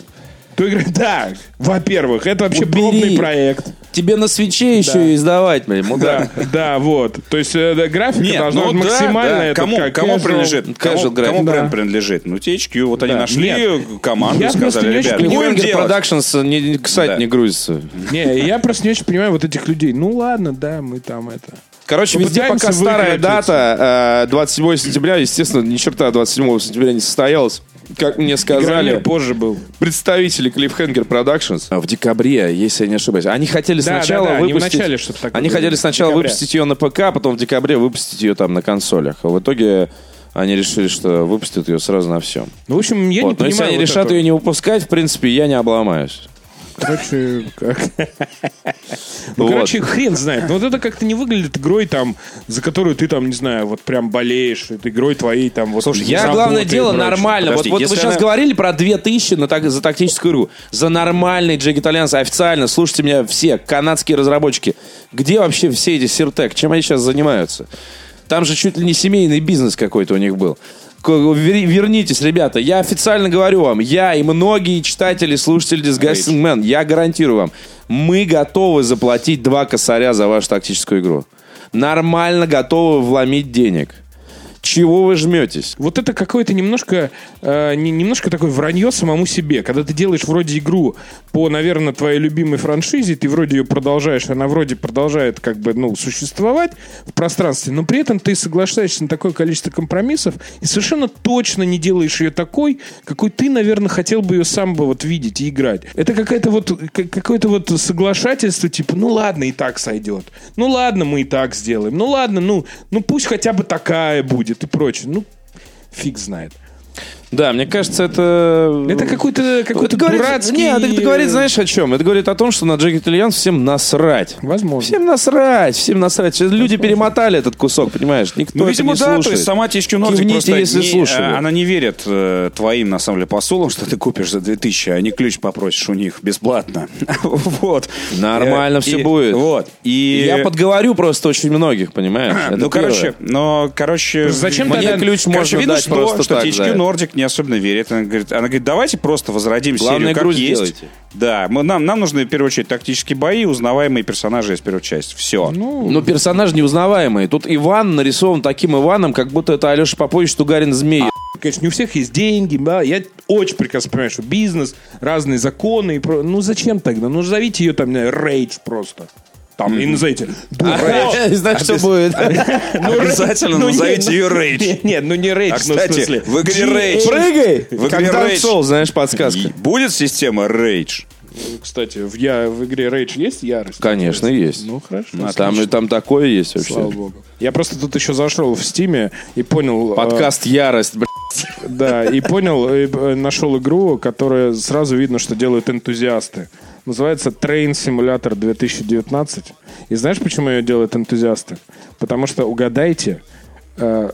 Кто играет? Да, во-первых, это вообще Убери. пробный проект. Тебе на свече еще и издавать, блин, мудак. Да, да, вот. То есть э, да, графика Нет, должна ну быть да, максимально да. это кому, как кому casual. принадлежит? Кому, casual кому график. бренд принадлежит? Ну, THQ, вот они Да. нашли Нет. команду Я и просто сказали, не очень ребят, понимаю, будем Cliffhanger делать. Productions, э, не- не- кстати, Да. не грузится. Не, я просто не очень понимаю вот этих людей. Ну ладно, да, мы там это. Короче, везде Попытаемся пока старая выкрутиться. дата, э, 27 сентября, естественно, ни черта 27 сентября не состоялось. Как мне сказали Игромир позже был. представители Cliffhanger Productions А в декабре, если я не ошибаюсь, они хотели Да, сначала да, да, они выпустить... вначале что-то такое Они было. хотели сначала Декабря. выпустить ее на ПК, а потом в декабре выпустить ее там на консолях. А в итоге они решили, что выпустят ее сразу на всем. Ну, в общем, я не Вот, Но понимаю. если они вот решат этого. ее не выпускать, в принципе, я не обломаюсь. Короче, как... Ну, Вот. короче, хрен знает. Но вот это как-то не выглядит игрой, там, за которую ты, там, не знаю, вот прям болеешь. Это игрой твоей, там, вот... Слушай, я, заботой главное и дело, прочее. нормально. Подожди, вот вот если вы сейчас она- говорили про 2000 на так, за тактическую игру. За нормальный Джек Итальянс официально. Слушайте меня все, канадские разработчики. Где вообще все эти Сиртек? Чем они сейчас занимаются? Там же чуть ли не семейный бизнес какой-то у них был. К- вер- Вернитесь, ребята. Я официально говорю вам, я и многие читатели, слушатели Disgusting Man, я гарантирую вам, мы готовы заплатить два косаря за вашу тактическую игру. Нормально готовы вломить денег. Чего вы жметесь? Вот это какое-то немножко, э, не- немножко такое вранье самому себе. Когда ты делаешь вроде игру по, наверное, твоей любимой франшизе, ты вроде ее продолжаешь, она вроде продолжает как бы, ну, существовать в пространстве, но при этом ты соглашаешься на такое количество компромиссов и совершенно точно не делаешь ее такой, какой ты, наверное, хотел бы ее сам бы вот видеть и играть. Это какая-то вот, как- какое-то вот соглашательство, типа, ну ладно, и так сойдет. Ну ладно, мы и так сделаем. Ну ладно, ну, ну пусть хотя бы такая будет и прочее. Ну, фиг знает. Да, мне кажется, это... Это какой-то какой-то Это Ну, говорит- дурацкий... Нет, это говорит, знаешь, о чем? Это говорит о том, что на Джеки Итальянс всем насрать. Возможно. Всем насрать, всем насрать. Сейчас люди перемотали этот кусок, понимаешь? Никто Ну, это видимо, не да, слушает. то есть сама THQ Nordic Кивните, просто если не, слушали. э, она не верит э, твоим, на самом деле, посулам, что ты купишь за 2000, а не ключ попросишь у них бесплатно. вот. Нормально Э, всё и- будет. Вот. И... Я подговорю просто очень многих, понимаешь? Это ну, короче, первое. но, короче... Зачем мне- тогда- ключ короче, можно видно, дать что, просто что так, THQ да. Nordic не особенно верит. Она говорит, она говорит, давайте просто возродим Главное, серию, как игру есть. сделайте. Да, мы, нам, нам нужны, в первую очередь, тактические бои, узнаваемые персонажи из первой части. Все. Ну, персонаж неузнаваемый. Тут Иван нарисован таким Иваном, как будто это Алеша Попович Тугарин Змей. А, Конечно, не у всех есть деньги, да. Я очень прекрасно понимаю, что бизнес, разные законы и про... Ну зачем тогда? Ну назовите ее там, не знаю, рейдж просто. Там, и назовите. Ну, А, ну, Знаешь, что будет? Обязательно ну, не, назовите ну, ее Rage. Нет, нет, ну не рейдж, А, ну в кстати, смысле. в игре G- Rage. Прыгай! В игре Как Dark Rage. Souls, знаешь, подсказка. Будет система Rage? Кстати, в, я, в игре рейдж есть ярость? Конечно, есть. Ну хорошо. Там и там такое есть Слава вообще. богу. Я просто тут еще зашел в Стиме и понял... э, Подкаст «Ярость», бля. Да, и понял, и, э, нашел игру, которая сразу видно, что делают энтузиасты. Называется Train Simulator 2019. И знаешь, почему ее делают энтузиасты? Потому что угадайте э,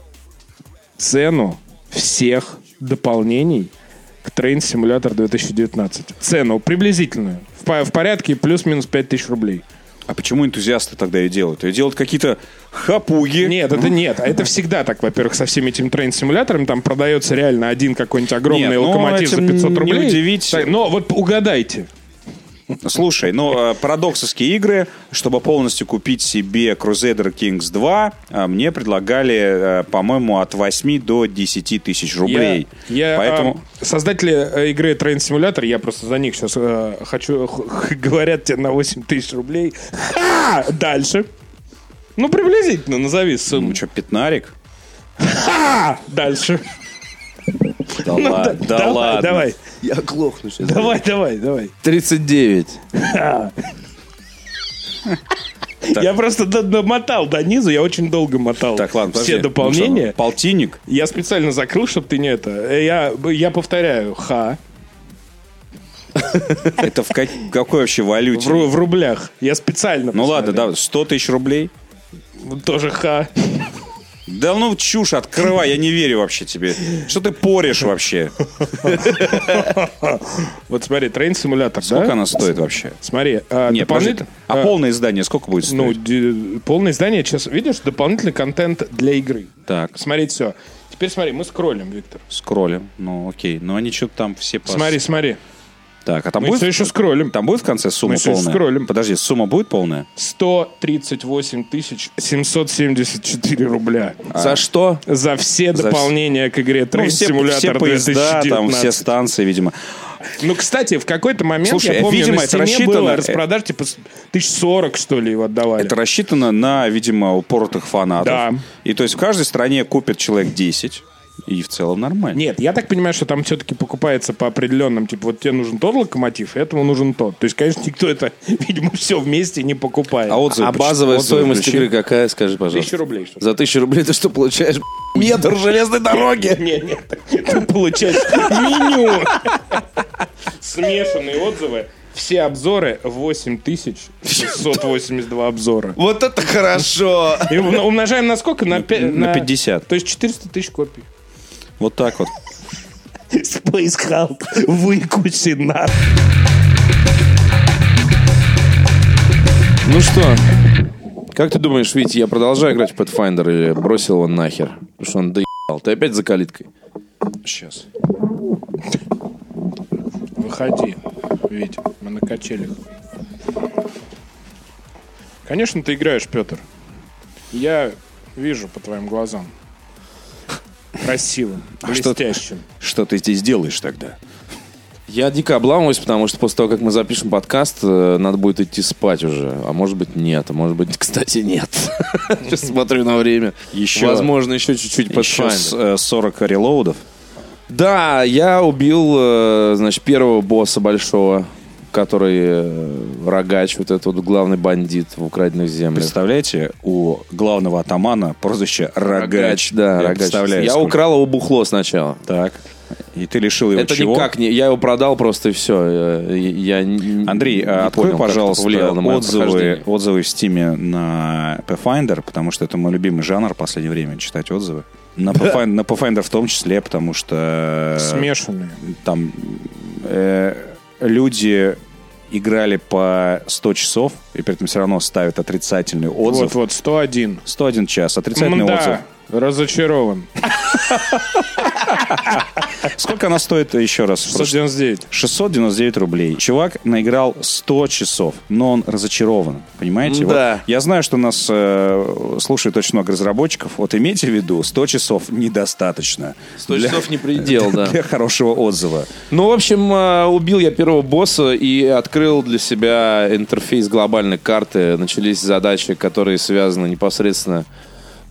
цену всех дополнений к Train Simulator 2019. Цену приблизительную. В, по- в порядке плюс-минус 5000 рублей. А почему энтузиасты тогда ее делают? Ее делают какие-то хапуги. Нет, это нет. А это всегда так, во-первых, со всеми этими трейн-симуляторами. Там продается реально один какой-нибудь огромный Нет, ну, локомотив за этим 500 не рублей. удивить. Так, но вот угадайте. Слушай, ну, э, парадоксовские игры, чтобы полностью купить себе Crusader Kings 2, э, мне предлагали, э, по-моему, от 8 до 10 тысяч рублей. Я, я, Поэтому... а, создатели э, игры Train Simulator, я просто за них сейчас хочу, х- х- говорят тебе на 8 тысяч рублей. Ха! Дальше. Ну, приблизительно, назови сумму. Ну что, пятнарик? Ха! Дальше. Да Ну, да- ладно, да давай, ладно. Давай, Я глохну сейчас. давай, давай, давай. 39. Я просто д- домотал до низу, я очень долго мотал. Так, ладно, подожди. Все Ну дополнения. что, полтинник? Я специально закрыл, чтобы ты не это. Э, Я, я повторяю, ха. Это в как- какой вообще В, валюте? ру- в рублях. Я специально. Ну ладно, посмотрел. да, 100 тысяч рублей? Тоже ха. Да ну чушь, открывай, я не верю вообще тебе. Что ты порешь вообще? Вот смотри, трейн симулятор, Сколько да? она стоит вообще? Смотри, а, Нет, подожди. дополнительно. А полное издание сколько будет Ну, стоить? ди- полное издание, сейчас видишь, дополнительный контент для игры. так, Смотреть все. Теперь смотри, мы скроллим, Виктор. скроллим. Ну, окей. Ну, они что-то там все... пос- Смотри, смотри. Так, а там Мы будет... все еще скроллим. Там будет в конце сумма Мы сейчас полная? скроллим. Подожди, сумма будет полная? 138 тысяч 774 рубля. За что? За все вс- дополнения к игре Train Ну, А все, Simulator все поезда, 2019. там все станции, видимо. Ну, кстати, в какой-то момент, Слушай, я помню, видимо, на это стене рассчитано- было распродаж, типа, с- 1040, что ли, его отдавали. Это рассчитано на, видимо, упоротых фанатов. Да. И то есть в каждой стране купит человек 10, и в целом нормально. Нет, я так понимаю, что там все-таки покупается по определенным, типа, вот тебе нужен тот локомотив, этому нужен тот. То есть, конечно, никто это, видимо, все вместе не покупает. А отзывы а почему- базовая отзывы стоимость включи. игры какая, скажи, Тысяча пожалуйста? рублей, что ли? За тысячу рублей ты что получаешь? б***ь, Метр железной дороги! Не, не, ты получаешь меню. Смешанные отзывы. Все обзоры 8682 обзора. Вот это хорошо! И умно- умножаем на сколько? На, пя- на 50. То есть 400 тысяч копий. Вот так вот. Space Hulk выкусена. Ну что, как ты думаешь, Витя, я продолжаю играть в Pathfinder или бросил его нахер? Потому что он доебал. Ты опять за калиткой? Сейчас. Выходи, Витя, мы на качелях. Конечно, ты играешь, Петр. Я вижу по твоим глазам. Красивым, А что ты- блестящим. Что ты здесь делаешь тогда? Я дико обламываюсь, потому что после того, как мы запишем подкаст, э, надо будет идти спать уже. А может быть, нет. А может быть, кстати, нет. Сейчас смотрю на время. Еще- Возможно, еще чуть-чуть Еще Pathfinder. с- э, 40 релоудов. Да, я убил, э, значит, первого босса большого, который э, рогач, вот этот вот главный бандит в украденных землях. Представляете, у главного атамана прозвище Рогач. да, Я рогач. Представляю, я сколько- украл его бухло сначала. Так. И ты лишил его это чего? никак не, я его продал просто и все. Я н- Андрей, не а открой, понял, как это пожалуйста, повлияло на мое отзывы, прохождение. отзывы в Стиме на Pathfinder, потому что это мой любимый жанр в последнее время, читать отзывы. На, Pathfinder, на Pathfinder в том числе, потому что э, Смешанные. там э, люди играли по 100 часов, и при этом все равно ставят отрицательный отзыв. Вот-вот, 101. 101 час, отрицательный отзыв. Мда, разочарован. Сколько она стоит еще раз? 199. 699 рублей. Чувак наиграл 100 часов, но он разочарован. Понимаете? Да. Вот я знаю, что нас э, слушает очень много разработчиков. Вот имейте в виду, 100 часов недостаточно. 100 часов не предел, да. Для хорошего отзыва. Ну, в общем, э, убил я первого босса и открыл для себя интерфейс глобальной карты. Начались задачи, которые связаны непосредственно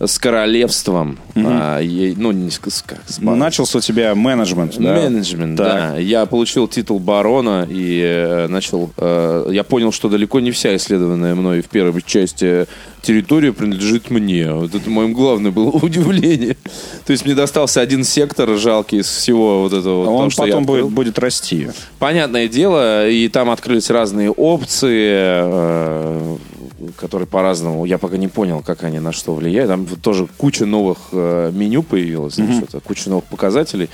с королевством. А, е- ну, не с, с- как, с Ну, начался у тебя менеджмент. да? Менеджмент, да. Так. Я получил титул барона и э, начал... э, я понял, что далеко не вся исследованная мной в первой части территория принадлежит мне. Вот это моим главное было удивление. То есть мне достался один сектор жалкий из всего вот этого. вот, А Он потому что я потом будет, открыл. будет расти. Понятное дело, и там открылись разные опции, э, которые по-разному, я пока не понял, как они на что влияют. Там вот тоже куча новых э, меню появилось, там что-то, куча новых показателей.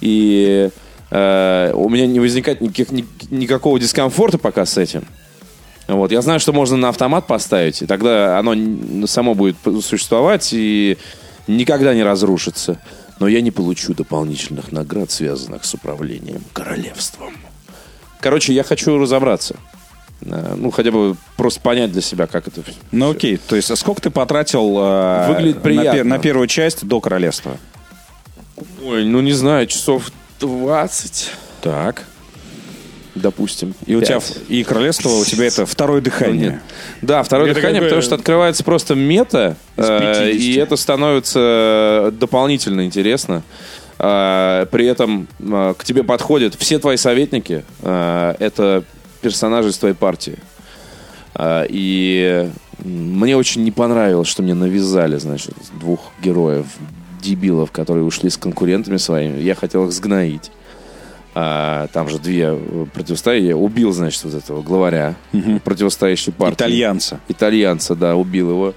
И э, у меня не возникает никаких, ни- никакого дискомфорта пока с этим. Вот. Я знаю, что можно на автомат поставить, и тогда оно н- само будет п- существовать и никогда не разрушится. Но я не получу дополнительных наград, связанных с управлением королевством. Короче, я хочу разобраться. Э, Ну, хотя бы просто понять для себя, как это... всё. Ну окей, то есть а сколько ты потратил э, Выглядит на пе- приятно. на первую часть до королевства? Ой, ну не знаю, часов 20, Так. допустим. И у тебя Пять. Ну в- и королевство у тебя это второе дыхание. Да, второе Это дыхание, как бы- потому что открывается просто мета, Из э, 50. и это становится дополнительно интересно. Э, При этом э, к тебе подходят все твои советники, э, это персонажи из твоей партии. Э, И мне очень не понравилось, что мне навязали, значит, двух героев, дебилов, которые ушли с конкурентами своими. Я хотел их сгноить. А, там же две э, противостояния. Я убил, значит, вот этого главаря противостоящей партии. Итальянца. Итальянца, да, убил его.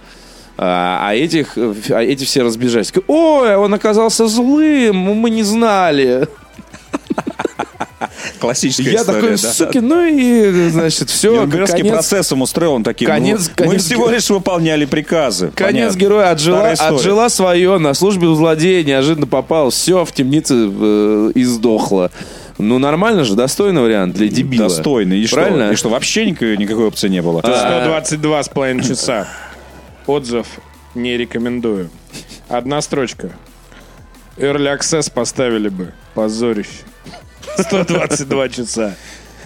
А, а этих, э, ф- а эти все разбежались. Ой, он оказался злым, мы не знали. Классическая Я история, да. такой, суки, ну и, значит, И все, он городским конец, процессом устроил, он такие, Конец- «Ну, мы конец всего геро- лишь выполняли приказы. конец Понятно. героя отжила, Старая история. отжила свое, на службе у злодея неожиданно попал, все, в темнице э, и сдохло. Ну, нормально же, достойный вариант для дебила. Достойный. И Правильно? А. что? И что, вообще никакой, никакой опции не было? 122 с половиной часа. Отзыв не рекомендую. Одна строчка. Early Access поставили бы. Позорище. 122 часа.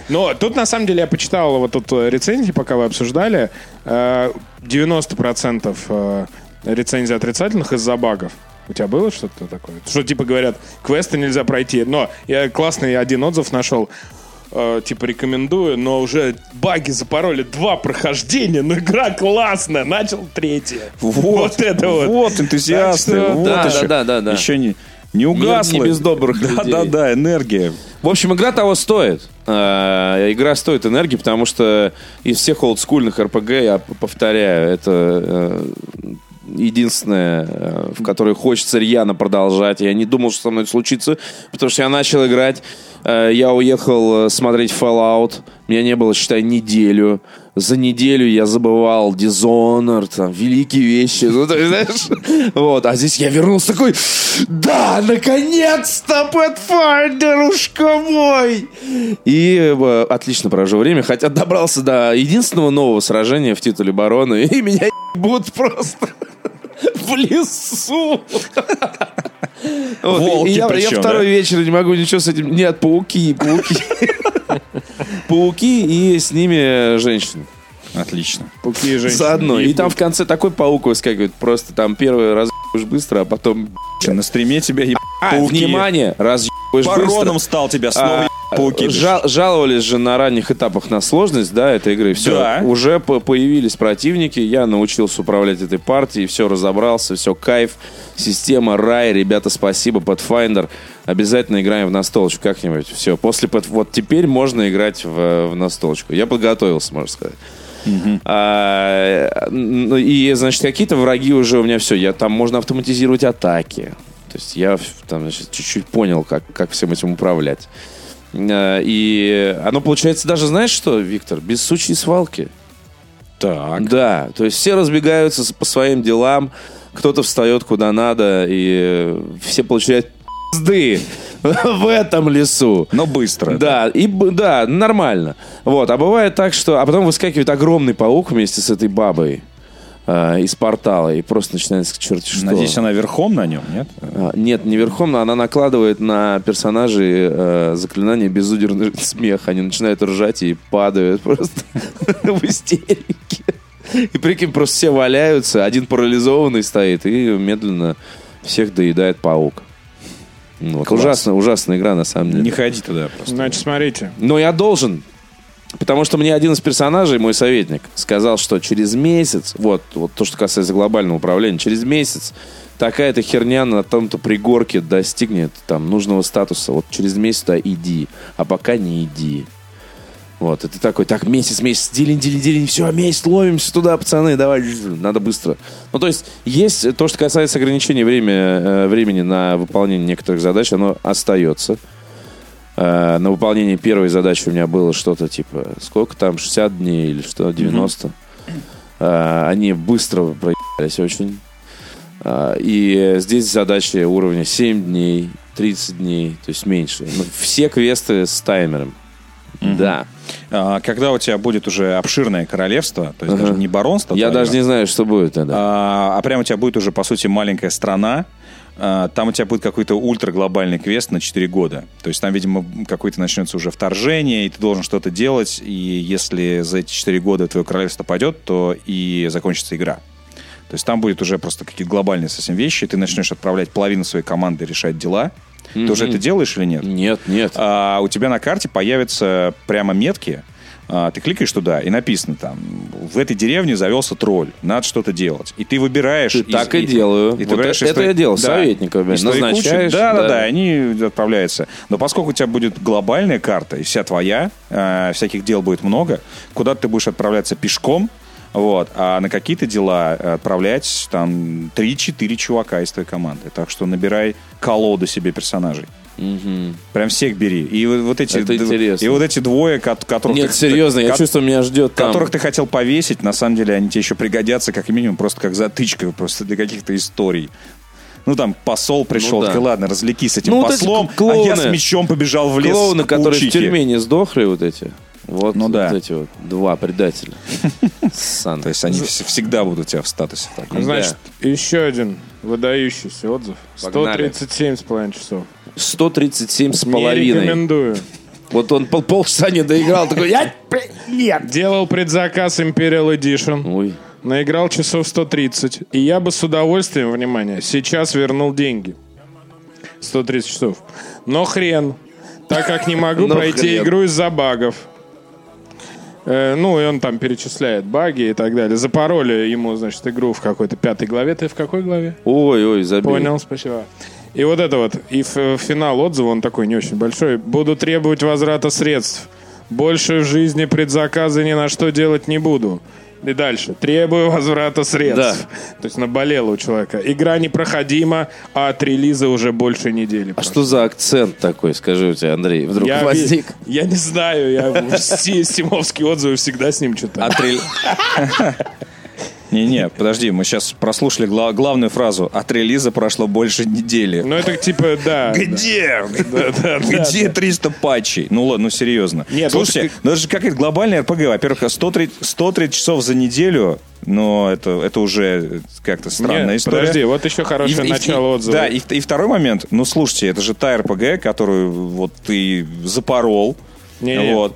Но тут, на самом деле, я почитал вот тут э, рецензии, пока вы обсуждали. Э, 90% э, рецензий отрицательных из-за багов. У тебя было что-то такое? Что, типа, говорят, квесты нельзя пройти. Но я классный один отзыв нашел. Э, типа, рекомендую, но уже баги запороли два прохождения, но игра классная. Начал третье. Вот, это вот. Вот энтузиасты. Так что- вот Да, да, еще. да, да, да. Еще не, не угасло. без добрых Да, людей. да, да, энергия. В общем, игра того стоит. Э, Игра стоит энергии, потому что из всех олдскульных РПГ, я п- повторяю, это э, единственное, э, в которой хочется рьяно продолжать. Я не думал, что со мной это случится, потому что я начал играть, э, я уехал э, смотреть Fallout, меня не было, считай, неделю. За неделю я забывал Dishonored, там, великие вещи. Ну, то есть, знаешь, вот. А здесь я вернулся такой, да, наконец-то, Pathfinderушка мой! И э, отлично провожу время, хотя добрался до единственного нового сражения в титуле барона, и меня ебут просто в лесу. Вот, и- и Волки я, я причем, второй да? вечер не могу ничего с этим... Нет, пауки, пауки. Пауки и с ними женщины. Отлично. Пауки и женщины. Заодно. И Ебут. там в конце такой паук выскакивает. Просто там первый раз ебешь быстро, а потом... На стриме тебя еб... А, пауки. внимание! Раз ебешь быстро. Бароном стал тебя снова А, еб... пауки. Жал- жаловались же на ранних этапах на сложность, да, этой игры. Все, Да. уже по- появились противники, я научился управлять этой партией, все разобрался, все кайф, система, рай, ребята, спасибо, Pathfinder. Обязательно играем в настолочку как-нибудь. Все, после Path- вот теперь можно играть в, в настолочку. Я подготовился, можно сказать. А, ну, и, значит, какие-то враги уже у меня все. Я, там можно автоматизировать атаки. То есть я в- там, значит, чуть-чуть понял, как, как всем этим управлять. А, И оно получается даже, знаешь что, Виктор, без сучьей свалки. Так. Да, то есть все разбегаются с- по своим делам, кто-то встает куда надо, и э, все получают пизды в этом лесу. Но быстро. Да, и б- да, нормально. Вот, а бывает так, что, а потом выскакивает огромный паук вместе с этой бабой э, из портала и просто начинается к черти что. Надеюсь, она верхом на нем, нет? А, Нет, не верхом, но она накладывает на персонажей э, заклинание безудержный смех. Они начинают ржать и падают просто в истерике. И прикинь, просто все валяются, один парализованный стоит и медленно всех доедает паук. Ну, Вот, ужасно, ужасная игра на самом деле. Не ходи туда просто. Значит, смотрите. Но я должен. Потому что мне один из персонажей, мой советник, сказал, что через месяц, вот, вот то, что касается глобального управления, через месяц такая-то херня на том-то пригорке достигнет там нужного статуса. Вот через месяц туда иди, а пока не иди. Вот, и ты такой, так, месяц, месяц, делень, делень, делень, все, месяц, ловимся туда, пацаны, давай, надо быстро. Ну, то есть, есть то, что касается ограничений время, э, времени на выполнение некоторых задач, оно остается. Э, на выполнение первой задачи у меня было что-то типа, сколько там, 60 дней или что, 90. Э, они быстро проебались очень. Э, и здесь задачи уровня 7 дней, 30 дней, то есть меньше. Ну, все квесты с таймером. Да. а, когда у тебя будет уже обширное королевство, то есть даже не баронство, Я твое, даже не знаю, что будет тогда. а, а прямо у тебя будет уже, по сути, маленькая страна. А, Там у тебя будет какой-то ультраглобальный квест на 4 года. То есть там, видимо, какое-то начнется уже вторжение, и ты должен что-то делать. И если за эти 4 года твое королевство падет, то и закончится игра. То есть там будет уже просто какие-то глобальные совсем вещи. Ты начнешь отправлять половину своей команды решать дела. Ты уже это делаешь или нет? Нет, нет. а, у тебя на карте появятся прямо метки. А, ты кликаешь туда, и написано там, в этой деревне завелся тролль, надо что-то делать. И ты выбираешь... Ты так и делаю. ты Вот выбираешь это- из это той- я делал, советника, блин, Из той кучи. назначаешь, Да, да, да. да, и они отправляются. Но поскольку у тебя будет глобальная карта, и вся твоя, э, всяких дел будет много, куда ты будешь отправляться пешком, вот, а на какие-то дела отправлять там 3-4 чувака из твоей команды. Так что набирай колоду себе персонажей. Прям всех бери. И вот, вот эти, Это д- интересно. и вот эти двое, кот- которых, Нет, ты, серьезно, я кот- чувствую, меня ждет там. которых ты хотел повесить, на самом деле они тебе еще пригодятся, как минимум, просто как затычка, просто для каких-то историй. Ну там посол пришел, Ну да. такой, ладно, развлекись с этим Ну, вот эти послом, клоуны. а я с мечом побежал в лес. Клоуны, к которые в паучихе. тюрьме не сдохли, вот эти. Вот, Ну вот да. эти вот два предателя. Сан. То есть ну, они вс- всегда будут у тебя в статусе. таком. Ну Значит, еще один выдающийся отзыв. Погнали. 137,5 часов. 137 с Не половиной. рекомендую. Вот он пол- полчаса не доиграл, такой, я... блин, Нет. Делал предзаказ Imperial Edition. Ой. Наиграл часов 130. И я бы с удовольствием, внимание, сейчас вернул деньги. 130 часов. Но хрен. Так как не могу Но пройти хрен. игру из-за багов. Э, ну, и он там перечисляет баги и так далее. Запороли ему, значит, игру в какой-то пятой главе. Ты в какой главе? Ой, ой, забил. Понял, спасибо. И вот это вот. И ф- финал отзыва, он такой не очень большой. Буду требовать возврата средств. Больше в жизни предзаказы ни на что делать не буду. И дальше. Требую возврата средств. То есть наболело у человека. Игра непроходима, а от релиза уже больше недели. А что за акцент такой, скажи у тебя, Андрей, вдруг я, возник? ви- я не знаю, я все стимовские отзывы всегда с ним читаю. Отрел- Не-не, подожди, мы сейчас прослушали гла- главную фразу. От релиза прошло больше недели. Ну это типа, да. Где? Где 300 патчей? Ну ладно, ну серьезно. Нет, Слушайте, ну это же какая-то глобальная РПГ. Во-первых, 130, 130 часов за неделю, но это, это уже как-то странная Нет, история. подожди, вот еще И- хорошее и- начало и- отзыва. Да, и, и второй момент. Ну, слушайте, это же та РПГ, которую вот ты запорол. Не-не. вот.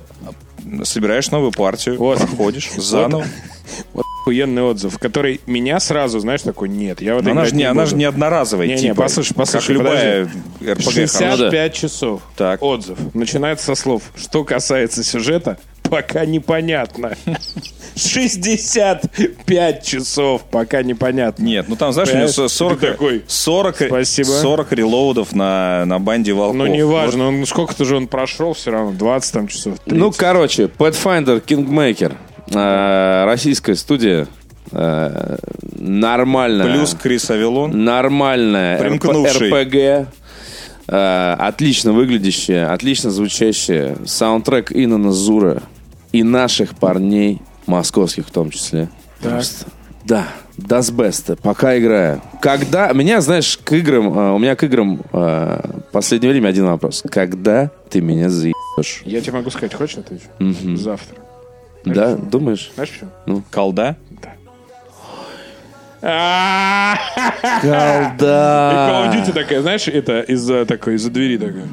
Собираешь новую партию, Вот. проходишь заново. охуенный отзыв, который меня сразу, знаешь, такой, нет, я вот Но она, играть же не, она же буду. Ну не одноразовая. Не-не, типа, послушай, послушай, Как любая РПГ. хорошая. 65 часов. Так. Отзыв. Начинается со слов. Что касается сюжета, пока непонятно. 65 часов, пока непонятно. Нет, ну там, знаешь, у Понимаешь? него 40, Ты такой, 40, «Спасибо». 40 релоудов на, на банде волков. Ну, неважно, он, сколько-то же он прошел все равно, 20 там часов. Ну, короче, Pathfinder Kingmaker. э, Российская студия. э, Нормально. Плюс Крис Авилон. нормальная РП- Примкнувший. РПГ, э, отлично выглядящая, отлично звучащая, саундтрек Инна Зура и наших парней, московских в том числе. Просто. Да, das best, пока играю. Когда, меня, знаешь, к играм, э, у меня к играм э, в последнее время один вопрос. Когда ты меня заебешь? Я тебе могу сказать, хочешь отвечу? Завтра. Да, думаешь? Ну. Знаешь почему? Колда. А. Call of Колда! Duty такая, знаешь, это из-за такой, из-за двери такая.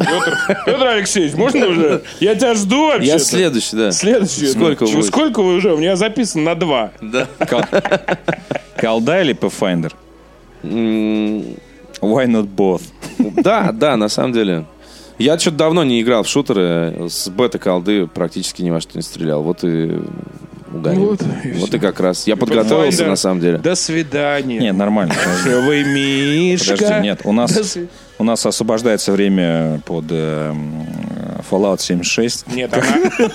Петр, Петр Алексеевич, можно уже? Я тебя жду вообще. Я следующий, да. Следующий. ну, Сколько Чё, будет? сколько вы уже? У меня записано на два. Да. Колда или Pathfinder? М, Why not both? Да, да, на самом деле. Я что-то давно не играл в шутеры, с бета-колды практически ни во что не стрелял. Вот и угорел. Вот Вот, и и, всё. как раз. Я подготовился, Pathfinder. на самом деле. До свидания. Нет, нормально. Вы Мишка. Подожди, нет, у До нас, сви- у нас освобождается время под э, м, Fallout 76. Нет, она...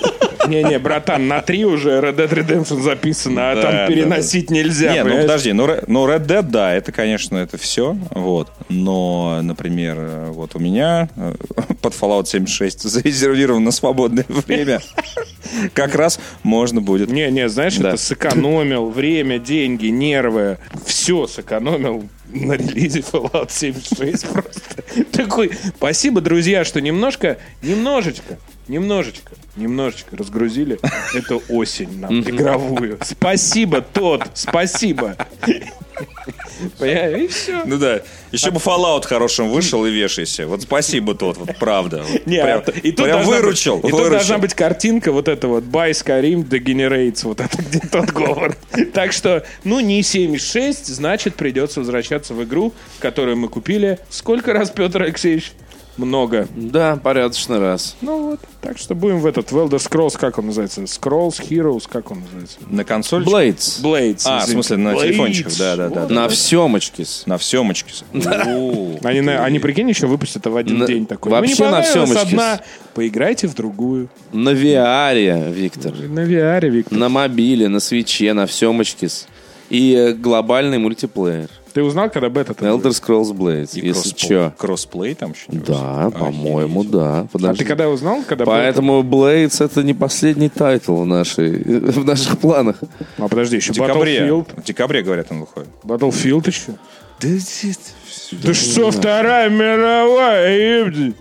Не-не, братан, на три уже Red Dead Redemption записано, а Да, да, там переносить нельзя. Не, ну понимаешь? подожди, ну, Ре- ну Red Dead, да, это, конечно, это все, вот. Но, например, э, вот у меня э, под Fallout 76 зарезервировано свободное время. Как раз можно будет. Не-не, знаешь, Да. это сэкономил время, деньги, нервы. Все сэкономил на релизе Fallout 76 просто. Такой, спасибо, друзья, что немножко, немножечко Немножечко, немножечко разгрузили. Это осень нам игровую. Спасибо, тот, спасибо. Понимаешь? И все. Ну да. Еще бы Fallout хорошим вышел и вешайся. Вот спасибо тот, вот правда. Вот Не, прям а то- и тут прям должна быть- выручил. и тут выручил. должна быть картинка вот эта вот «Buy Skyrim degenerates», вот это где тот говор. Так что, ну, не 7,6, значит, придется возвращаться в игру, которую мы купили. Сколько раз, Петр Алексеевич? Много. Да, порядочный раз. Ну вот, так что будем в этот, в Elder Scrolls, как он называется? Scrolls, Heroes, как он называется? На консоль? Блейдс. Blades. А, в извините. смысле, на Blades. телефончиках, да-да-да. На всемочке. с. На всемочке. О. Они, на- они, прикинь, еще выпустят в один На- день такой. вообще «Ну, не на понравилась всемочке. одна, поиграйте в другую. На VR, Виктор. На VR, Виктор. На мобиле, на свече, на всемочке. с. И э, глобальный мультиплеер. Ты узнал, когда бета Elder Scrolls Blades, И если кросспл- чё. Кроссплей там еще? Да, по-моему, да. А Подожди. ты когда узнал, когда бета? Поэтому Blades это не последний тайтл в, нашей, в наших планах. А подожди, еще В декабре. Battlefield. В декабре, говорят, он выходит. Battlefield еще? Да что, Вторая мировая, ебди?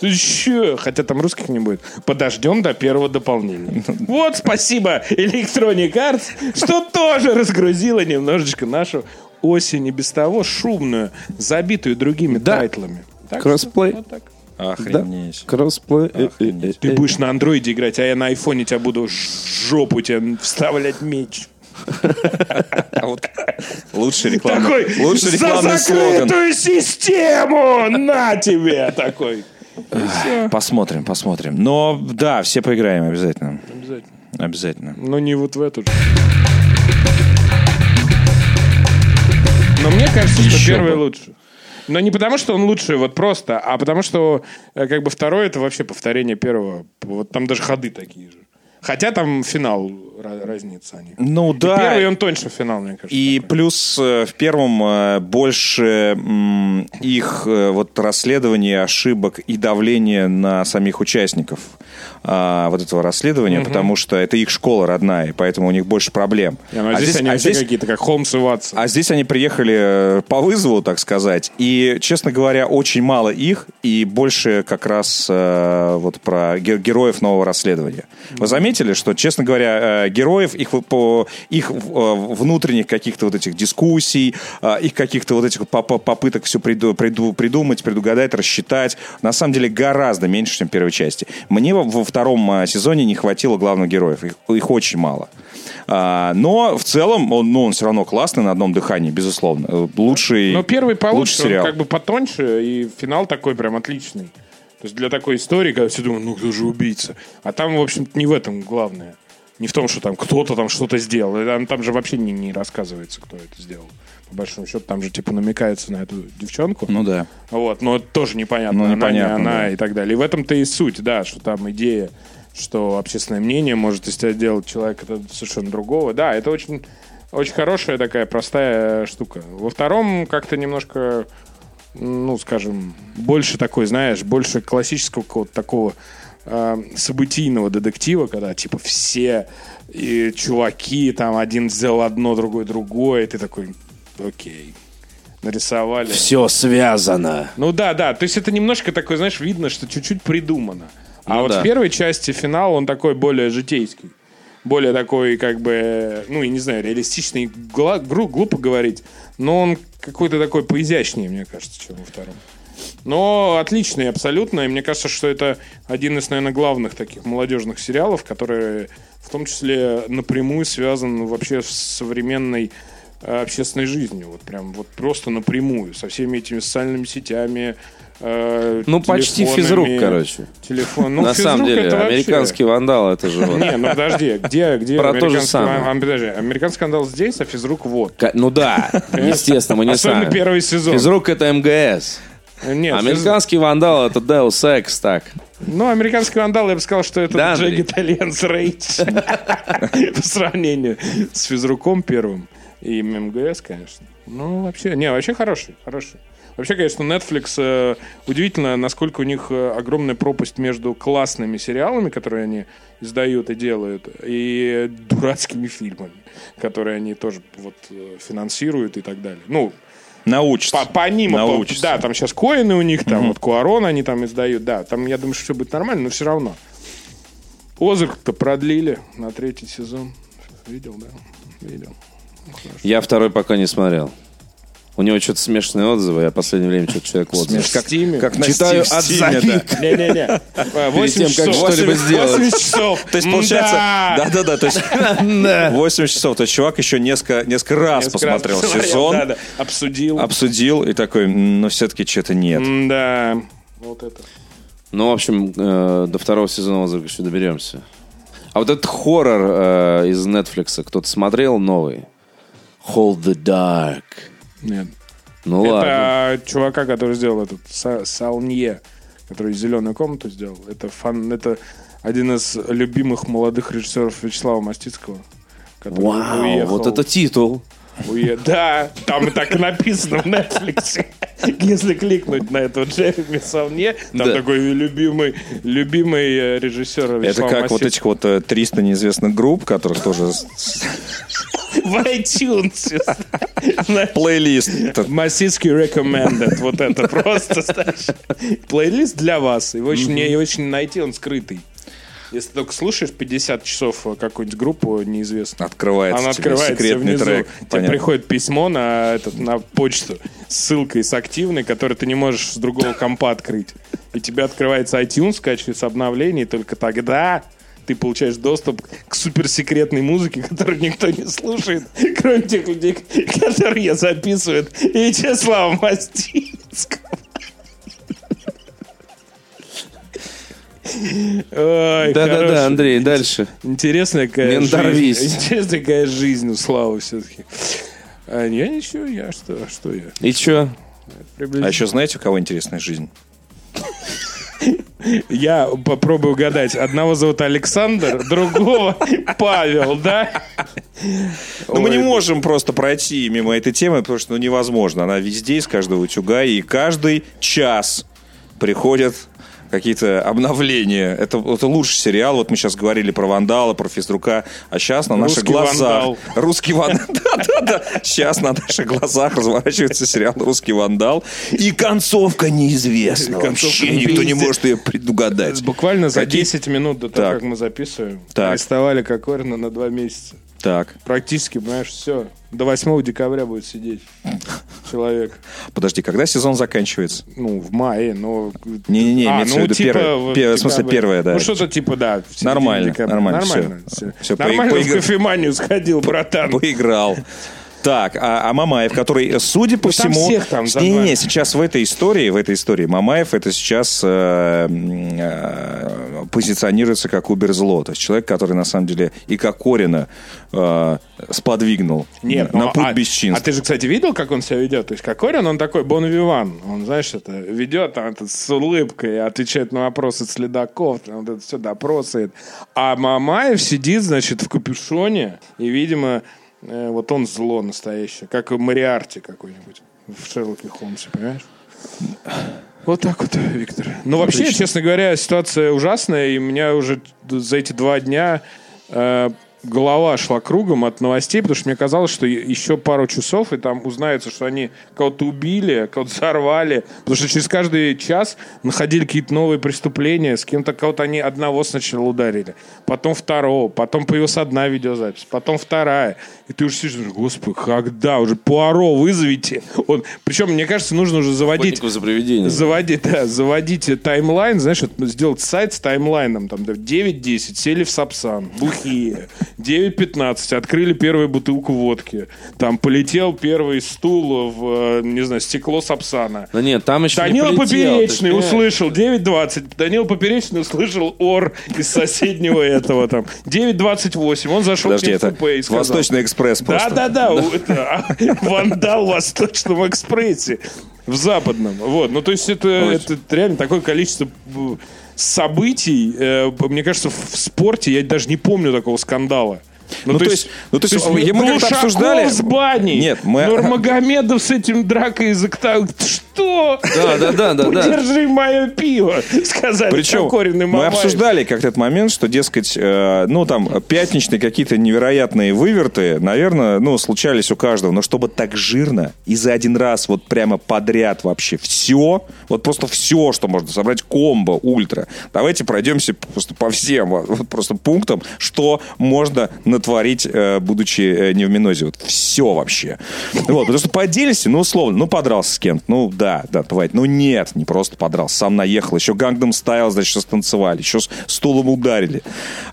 Ты че? Хотя там русских не будет. Подождем до первого дополнения. Вот спасибо Electronic Arts, что тоже разгрузила немножечко нашу осень и без того шумную, забитую другими тайтлами. Так что Кроссплей. вот так. Охренеть. Кроссплей. э, э, э, Охренеть. Ты э. будешь на андроиде играть, а я на айфоне тебя буду ш- жопу тебе вставлять меч. А Лучший рекламный, Такой, лучший за рекламный слоган. закрытую систему! На тебе! Такой. Посмотрим, посмотрим. Но да, все поиграем обязательно. Обязательно. Обязательно. Но Ну, не вот в эту же. Но мне кажется, что Еще первый бы. лучше. Но не потому, что он лучше, вот просто, а потому, что э, как бы второй это вообще повторение первого. Вот там даже ходы такие же. Хотя там финал ра- разнится они. Ну да. Первый он тоньше финал, мне кажется. И плюс э, в первом э, больше м, их э, вот расследование ошибок и давление на самих участников а, вот этого расследования, потому что это их школа родная, и поэтому у них больше проблем. Не, ну, а, здесь, они а вообще здесь- какие-то, как Холмс и Ватсон. а здесь они приехали э, по вызову, так сказать. И, честно говоря, очень мало их, и больше как раз э, вот про ге- героев нового расследования. Вы заметили, что, честно говоря, э, героев, их, в- по, их э, внутренних каких-то вот этих дискуссий, э, их каких-то вот этих поп- попыток все придумать, предугадать, рассчитать, на самом деле гораздо меньше, чем в первой части. Мне во- во втором э, сезоне не хватило главных героев, их, их очень мало. А, но в целом он, ну, он все равно классный на одном дыхании, безусловно. Э, Лучший, Но первый лучший получше, он сериал. как бы потоньше, и финал такой прям отличный. То есть для такой истории, когда все думают, ну кто же убийца? А там, в общем-то, не в этом главное. Не в том, что там кто-то там что-то сделал. И Там, там же вообще не, не рассказывается, кто это сделал. По большому счету, там же типа намекается на эту девчонку. Ну да. Вот, но это тоже непонятно, Ну, она, непонятно, не она да. и так далее. И в этом-то и суть, да, что там идея, что общественное мнение может из тебя делать человека это совершенно другого. Да, это очень, очень хорошая такая простая штука. Во втором как-то немножко, ну, скажем, больше такой, знаешь, больше классического какого-то такого э, событийного детектива, когда типа все э, чуваки, там один взял одно, другой другое, и ты такой, окей, нарисовали. Все связано. Ну да, да. То есть это немножко такое, знаешь, видно, что чуть-чуть придумано. А Ну вот да. в первой части финал он такой более житейский. Более такой, как бы, ну, я не знаю, реалистичный, гла- гру- глупо говорить, но он какой-то такой поизящнее, мне кажется, чем во втором. Но отличный абсолютно, и мне кажется, что это один из, наверное, главных таких молодежных сериалов, который в том числе напрямую связан вообще с современной э, общественной жизнью, вот прям вот просто напрямую, со всеми этими социальными сетями, э, Ну, почти телефонами. физрук, короче. Телефон. Ну, На самом физрук деле, это вообще- американский вандал это же. вот. Не, ну подожди, где, где Про то же американский- самое. а, а, подожди, американский скандал здесь, а физрук вот. Ка- Ну да, естественно, мы не Особенно знаем. первый сезон. Физрук это МГС. Нет, физ- Американский вандал это Deus Ex, так. Ну, американский вандал, я бы сказал, что это Да, Андрей? Джегет Альянс Рейдж. По сравнению с физруком первым и МГС, конечно. Ну, вообще, не, вообще хороший, хороший. Вообще, конечно, Netflix э, удивительно, насколько у них э, огромная пропасть между классными сериалами, которые они издают и делают, и дурацкими фильмами, которые они тоже вот э, финансируют и так далее. Ну, Научится. по, помимо, по- Научится. да, там сейчас коины у них, там вот Куарон они там издают, да, там я думаю, что все будет нормально, но все равно. Озарк-то продлили на третий сезон. Видел, да? Видел. Я второй пока не смотрел. У него что-то смешные отзывы, я в последнее время что-то человек отзывы. Как, Стиме. Как на Читаю Steam, от Steam, да. завид. Не-не-не. А, восемь тем, как часов. что-либо Восемь- сделать. восемь часов. То есть, получается, да-да-да, то есть 8 часов. То есть чувак еще несколько, несколько раз посмотрел сезон, Да-да. Обсудил. обсудил и такой, «Ну, «М, но все-таки что-то нет. Да. Вот это. Ну, в общем, э, до второго сезона «Озарка» еще доберемся. А вот этот хоррор э, из Netflix, кто-то смотрел новый? Hold the Dark. Нет. Ну ладно. Это чувака, который сделал этот Са- Салнье, который зеленую комнату сделал. Это фан, это один из любимых молодых режиссеров Вячеслава Мастицкого. который Вау, уехал- вот это титул. уе- Да, там и так и написано в Netflix. Если кликнуть на этого Джереми Салнье, там Да. такой любимый, любимый э, режиссер Это Вячеслава как вот Мастицкого. этих вот э, 300 неизвестных групп, которых тоже с- с- в iTunes. знаешь. плейлист. Это- Масицкий recommended. Вот это просто, знаешь. Плейлист для вас. Его очень, не, очень найти, он скрытый. Если только слушаешь 50 часов э, какую-нибудь группу неизвестную, Открывается она тебе открывается секретный внизу. трек. Тебе Понятно. приходит письмо на, этот, на почту с ссылкой с активной, которую ты не можешь с другого компа открыть. И тебе открывается iTunes, скачивается обновление, и только тогда ты получаешь доступ к суперсекретной музыке, которую никто не слушает, кроме тех людей, которые я записываю. И Вячеслава Мастицкого. Ой, Да-да-да, хороший. Андрей, дальше. Интересная какая Не надорвись. жизнь. Интересная какая жизнь у Славы все-таки. А, я ничего, я что, что я? И чё? А еще знаете, у кого интересная жизнь? Я попробую угадать. Одного зовут Александр, другого Павел, да? Ну, мы не Ой. можем просто пройти мимо этой темы, потому что ну, невозможно. Она везде, из каждого утюга, и каждый час приходят какие-то обновления. Это, это лучший сериал. Вот мы сейчас говорили про Вандала, про Физрука, а сейчас на наших Русский глазах... Вандал. Русский Вандал. Да-да-да. Сейчас на наших глазах разворачивается сериал «Русский Вандал». И концовка неизвестна. Концовка Вообще никто не неизвестна. может ее предугадать. Буквально за Какие- 10 минут до того, Так. как мы записываем, Так. арестовали Кокорина на 2 месяца. Так, Практически, понимаешь, все. До 8 декабря будет сидеть человек. подожди, когда сезон заканчивается? Ну, в мае, но... Не-не-не, А, имеется в виду первое- в первое, в смысле, декабре. первое, да. Ну, что-то типа, да. в середине Нормально, декабря. нормально, Нормально, всё. всё. Всё, по- Нормально по- в кофеманию сходил, братан. Поиграл. Так, а, а Мамаев, который, судя по Ну, там всему... всех там за не, не, два. не, сейчас в этой истории, в этой истории Мамаев это сейчас э, м, э, позиционируется как убер-зло. То есть человек, который на самом деле и Кокорина э, сподвигнул Нет, на ну, путь а, бесчинств. А ты же, кстати, видел, как он себя ведет? То есть Кокорин, он такой бон-виван. Он, знаешь, это ведет там, это, с улыбкой, отвечает на вопросы следаков, там, вот это все допросает. А Мамаев сидит, значит, в капюшоне, и, видимо, э, вот он зло настоящее, как и Мариарти какой-нибудь в Шерлоке Холмсе, понимаешь? Вот так вот, Виктор. Ну, вообще, честно говоря, ситуация ужасная, и у меня уже за эти два дня э, голова шла кругом от новостей, потому что мне казалось, что е- еще пару часов, и там узнается, что они кого-то убили, кого-то взорвали, потому что через каждый час находили какие-то новые преступления, с кем-то кого-то они одного сначала ударили, потом второго, потом появилась одна видеозапись, потом вторая. И ты уже сидишь, думаешь, господи, когда уже? Пуаро вызовите. Он... Причем, мне кажется, нужно уже заводить Охотнику за привидениями. Заводи, да, заводите таймлайн, знаешь, вот сделать сайт с таймлайном, там да, 9-10, сели в Сапсан, бухие, 9-15, открыли первую бутылку водки, там полетел первый стул в, э, не знаю, стекло Сапсана. Да нет, там еще Данила не полетел, Поперечный ты ж понимаешь? услышал 9.20. Данила Поперечный услышал ор из соседнего этого там. 9.28. Он зашел Подожди, через это купе и сказал. Восточный экспресс просто. Да-да-да, у- это, а, вандал в Восточном экспрессе. В западном. Вот. Ну, то есть, это, это реально такое количество б, событий. э, б- Мне кажется, в в спорте я даже не помню такого скандала. Ну, то есть- ну, то есть, мы как-то Глушаков обсуждали- с баней, Нет, мы- Нурмагомедов с этим дракой из окта- Ш- что? Да, да, да, да, да. Держи мое пиво, сказали Причем Кокорин и мы Мамаев. обсуждали как-то этот момент, что, дескать, э, ну там пятничные какие-то невероятные выверты, наверное, ну случались у каждого, но чтобы так жирно и за один раз вот прямо подряд вообще все, вот просто все, что можно собрать комбо ультра. Давайте пройдемся просто по всем вот просто пунктам, что можно натворить, э, будучи э, не в минозе. Вот все вообще. Вот, потому что по отдельности, ну, условно, ну, подрался с кем-то. Ну, да, да, бывает. Ну, нет, не просто подрался, сам наехал. Еще гангдом стайл, значит, что станцевали, еще с стулом ударили.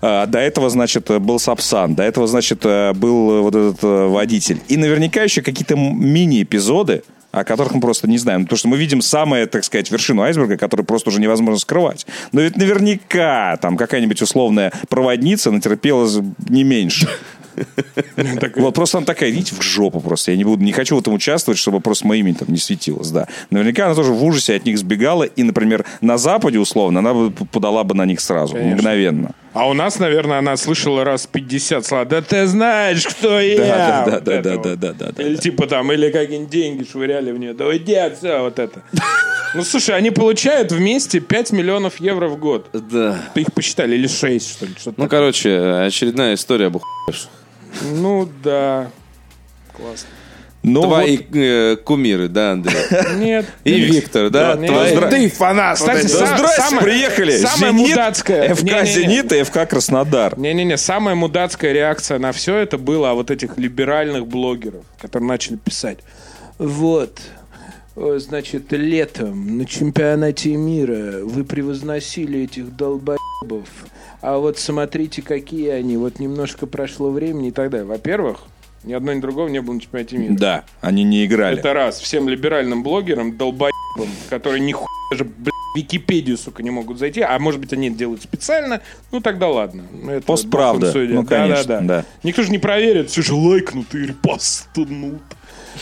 А, до этого, значит, э, был Сапсан, до этого, значит, э, был э, вот этот э, водитель. И наверняка еще какие-то м- мини-эпизоды, о которых мы просто не знаем. Потому что мы видим самое, так сказать, вершину айсберга, которую просто уже невозможно скрывать. Но ведь наверняка там какая-нибудь условная проводница натерпелась не меньше. Вот просто она такая, идите в жопу просто. Я не буду, не хочу в этом участвовать, чтобы просто мое имя там не светилось, да. Наверняка она тоже в ужасе от них сбегала. И, например, на Западе, условно, она бы подала бы на них сразу, мгновенно. А у нас, наверное, она слышала раз 50 слова. Да ты знаешь, кто я! да, Вот да, это да, вот. да, да, да, да, Или да. типа там, или какие-нибудь деньги швыряли в нее. Да уйди отсюда, вот это. Ну, слушай, они получают вместе 5 миллионов евро в год. Да. Их посчитали, или 6, что ли, что-то Ну, короче, очередная история об ухуевших. Ну да. Ну, Твои э, кумиры, да, Андрей? Нет. И Виктор, да? Нет. твои- здра- Ты фанат. Кстати, Да са- здрасте, самое- приехали! Самое «Зенит», мудацкое. ФК Не-не-не. «Зенит» и ФК «Краснодар». Не-не-не, самая мудацкая реакция на все это была вот этих либеральных блогеров, которые начали писать. Вот, э, значит, летом на чемпионате мира вы превозносили этих долбоебов, а вот смотрите, какие они, вот немножко прошло времени и так далее. Во-первых, ни одно, ни другого не было на чемпионате мира. Да, они не играли. Это раз. Всем либеральным блогерам, долбоебам, которые нихуя даже, блядь, в Википедию, сука, не могут зайти. А может быть, они это делают специально. Ну, тогда ладно. Это Постправда. бог им судья. Ну, конечно, да. Никто же не проверит, все же лайкнут и репостнут.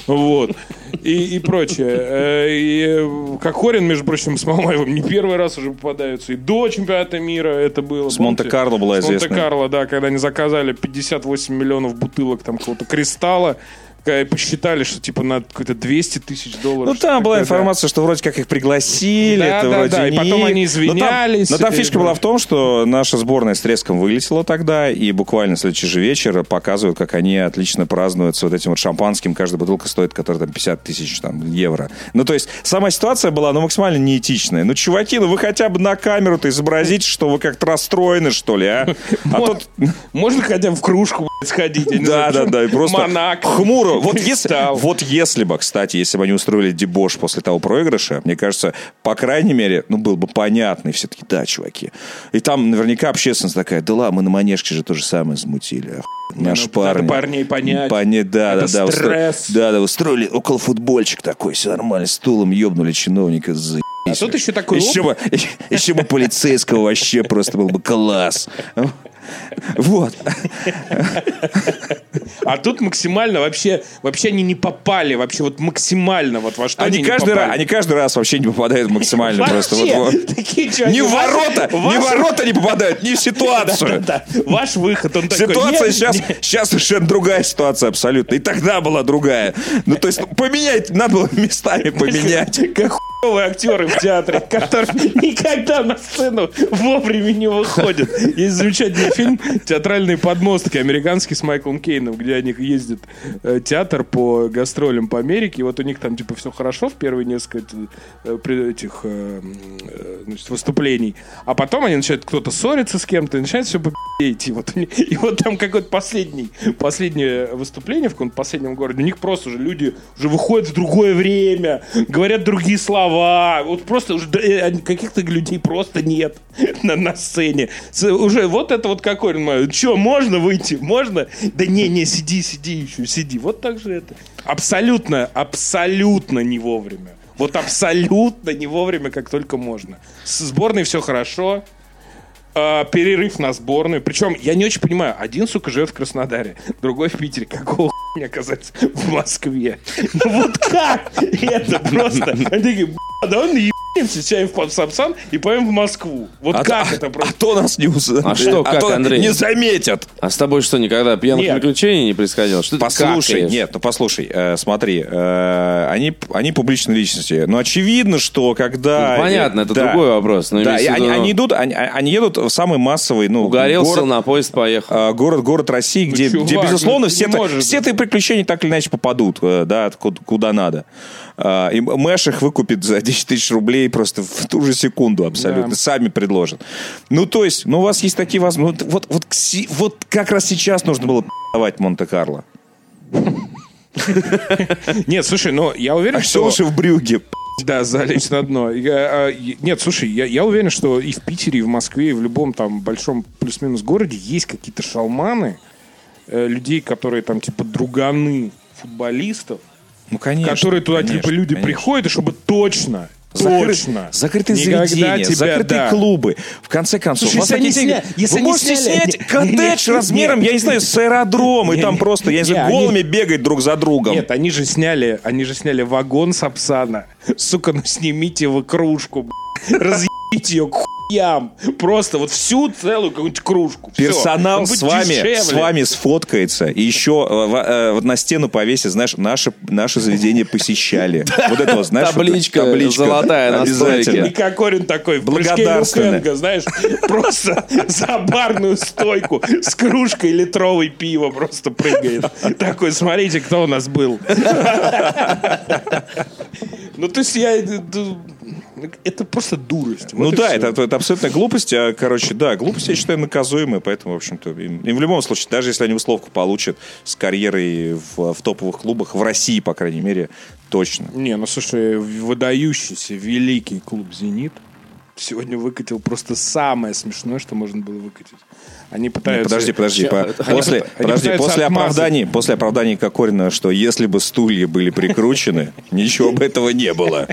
Вот. И, и прочее. Э, И э, Кокорин, между прочим, с Мамаевым не первый раз уже попадаются. И до чемпионата мира это было. С помните? Монте-Карло была С известная. Монте-Карло, да, когда они заказали 58 миллионов бутылок там какого-то кристалла, когда и посчитали, что типа на какой-то 200 тысяч долларов. Ну, там была что-то такое, да. информация, что вроде как их пригласили, Да, это да, вроде да, и не их. потом они Но там- извинялись, Но там, и- фишка была в том, что наша сборная с треском вылетела тогда, и буквально в следующий же вечер показывают, как они отлично празднуют с вот этим вот шампанским. Каждая бутылка стоит, которая там 50 тысяч там, евро. Ну, то есть, сама ситуация была, ну, максимально неэтичная. Ну, чуваки, ну вы хотя бы на камеру-то изобразите, что вы как-то расстроены, что ли, а? А тут Можно хотя бы в кружку блядь, сходить? я не да, знаю, да, почему. да, и просто Монак. хмуро. Вот если, Кристалл. вот если бы, кстати, если бы они устроили дебош после того проигрыша, мне кажется, по крайней мере, ну, был бы понятный все-таки, да, чуваки. И там наверняка общественность такая, да ладно, мы на манежке же то же самое замутили. охуенно, Наши надо парни. ну, парней понять. Поня- Да, Это да, да. стресс. Да, да, устроили около футбольчик такой, все нормально, стулом ебнули чиновника, за А тут еще такой еще бы, еще бы полицейского вообще просто был бы класс. Вот. А тут максимально вообще, вообще они не попали, вообще вот максимально вот во что Они не каждый, раз, попали. они каждый раз вообще не попадают максимально просто. вот- Вообще, вот. такие чуваки, Ни в ваши- ворота, ни в ваши- ворота не попадают, ни в ситуацию. Да, Ваш выход, он такой... Ситуация «Нет, сейчас, сейчас совершенно другая ситуация абсолютно. И тогда была другая. Ну, то есть, ну, поменять, надо было местами поменять. Как хуевые актеры в театре, которые никогда на сцену вовремя не выходят. Есть замечательный фильм «Театральные подмостки» американский с Майклом Кейном, где они ездят э, театр по гастролям по Америке. И вот у них там типа все хорошо в первые несколько э, при- этих э, м, э, значит, выступлений. А потом они начинают кто-то ссориться с кем-то, и начинает все по пи***е идти. Вот, они- и вот там какой-то последний, последнее выступление в каком-то последнем городе. У них просто уже люди уже выходят в другое время, говорят другие слова. Вот просто уже да, э, каких-то людей просто нет на, на сцене. С- Уже вот это вот какой Че, можно выйти? Можно? Да не, не, сиди, сиди еще, сиди. Вот так же это. Абсолютно, абсолютно не вовремя. Вот абсолютно не вовремя, как только можно. С сборной все хорошо. А, перерыв на сборную. Причем, я не очень понимаю, один, сука, живет в Краснодаре, другой в Питере. Какого хуя оказаться в Москве? Ну вот как? Это просто... Они такие, «Б***ь, да он еб***ь, Сечаев под Самсан и поем в Москву. Вот А- как а- это А просто? то нас не уз- А что, как, то Андрей? Не заметят. А с тобой что, никогда пьяных Нет. приключений не происходило? Что ты Послушай, какаешь? нет, ну послушай, э, смотри, э, они, они публичные личности. Но очевидно, что когда... Ну, понятно, это Да. другой вопрос. Но Да, и имеется в они, виду, ну- они идут, они, они едут в самый массовый, ну, угорел, сел город, на поезд, поехал. э, город, город России, где, чувак, где, безусловно, ну, ты все, не та- можешь. все твои приключения так или иначе попадут, э, да, откуда- куда надо. Э, И Мэш их выкупит за 10 тысяч рублей просто в ту же секунду абсолютно, Да. сами предложат. Ну, то есть, ну, у вас есть такие возможности. Вот, вот, к си- вот как раз сейчас нужно было давать Монте-Карло. Нет, слушай, ну я уверен, Все А лучше в брюге. Да, залечь на дно. Я, а, е- нет, слушай, я, я уверен, что и в Питере, и в Москве, и в любом там большом плюс-минус городе есть какие-то шалманы, э, людей, которые там типа друганы футболистов, Ну, конечно. которые туда типа люди приходят, и чтобы точно, Закры- точно. Закрытые никогда заведения, тебя, закрытые да. клубы. В конце концов, Слушай, вас если они хотите- сня- если вы они можете сняли- снять не- коттедж не- размером, я не знаю, с аэродром, и там просто, я не знаю, не, они- голыми бегать друг за другом. Нет, они же сняли, они же сняли вагон Сапсана. Сука, ну снимите вы кружку, б***ь. разъебите ее к хуям. Просто вот всю целую какую-нибудь кружку. Всё. Персонал Он с будет вами, дешевле. с вами сфоткается и еще э, во- э, вот на стену повесит, знаешь, наше, наше заведение посещали. Вот это вот, знаешь, вот Табличка золотая на Обязательно. И стойке. Кокорин такой в прыжке Благодарственно. Люкенга, знаешь, просто за барную стойку с кружкой литровой пива просто прыгает. Такой, смотрите, кто у нас был. Ну, то есть я... э, ду- Это просто дурость. Ну Вот и да, всё. это, это абсолютная глупость. А, короче, да, глупость, я считаю, наказуемая, поэтому, в общем-то, им, им в любом случае, даже если они условку получат с карьерой в, в топовых клубах, в России, по крайней мере, точно. Не, ну слушай, выдающийся великий клуб «Зенит» сегодня выкатил просто самое смешное, что можно было выкатить. Они пытаются... Подожди, подожди, по- после, пыт- они подожди, пытаются после отмазать. оправданий, после оправданий Кокорина, что если бы стулья были прикручены, ничего бы этого не было.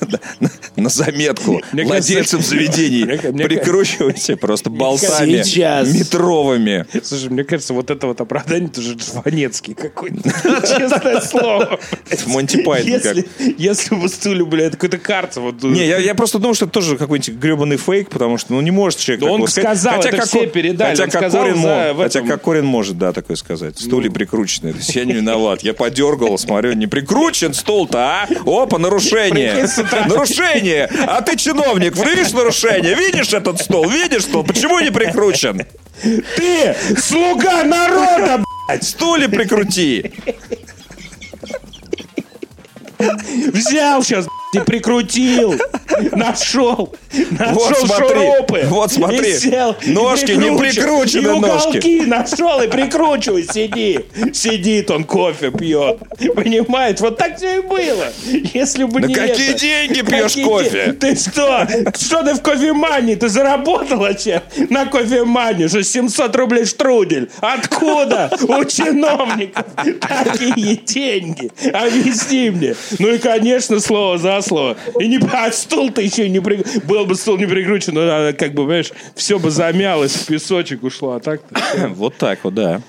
Да, на- На заметку. Мне Владельцам кажется, заведений мне ка- мне прикручивайте просто болтами Сейчас. метровыми. Слушай, мне кажется, вот это вот оправдание это же Жванецкий какой-то. Честное слово. Ну, типа Это Монти Пайтон Если- Если бы стулю, бля, это какой-то карта. вот, ну, Не, я, я просто думал, что это тоже какой-нибудь гребаный фейк, потому что ну не может человек. Да он такого сказать. сказал, это Коко- все передали, Хотя, он Кокорин, сказал за- мог- в хотя этом. Ну. Кокорин может, да, такое сказать. Стулья прикручены. То есть я не виноват. Я подергал, смотрю, не прикручен стул-то, а? Опа, нарушение. Нарушение. А ты чиновник, видишь нарушение? Видишь этот стол? Видишь стол? Почему не прикручен? Ты, слуга народа, Блядь, Стулья прикрути. б***ь, взял сейчас и прикрутил. Нашел. Вот Нашел смотри, шурупы. вот смотри, и сел, и ножки не прикручивал. прикручены, И ножки. уголки нашел и прикручивай, сиди. Сидит он, кофе пьет. Понимаешь, вот так все и было. Если бы На не какие это. деньги пьешь Какие кофе? де- Ты что? Что ты в кофемании? Ты заработала че? На кофемании же 700 рублей штрудель. Откуда у чиновников такие деньги? Объясни мне. Ну и, конечно, слово за слово. И не а стул ты еще и не при... Был бы стул не прикручен, но а, как бы, понимаешь, все бы замялось, в песочек ушло, а так-то... Вот так вот, да.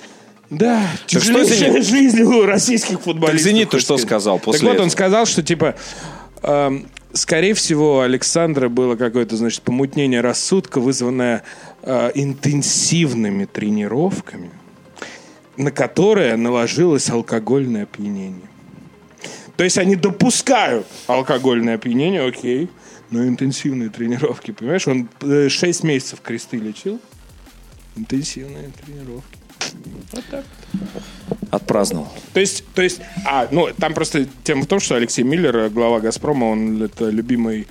Да, Так что тяжелейшая жизнь у российских футболистов. «Зенит» ты хоть что сказать. сказал после Так вот, этого? он сказал, что, типа, эм, скорее всего, у Александра было какое-то, значит, помутнение рассудка, вызванное э, интенсивными тренировками, на которое наложилось алкогольное опьянение. То есть они допускают алкогольное опьянение, окей, но интенсивные тренировки, понимаешь? Он 6 месяцев кресты лечил, интенсивные тренировки. Отпраздновал. То есть, то есть, а, ну, там просто тема в том, что Алексей Миллер, э, глава «Газпрома», он это любимый,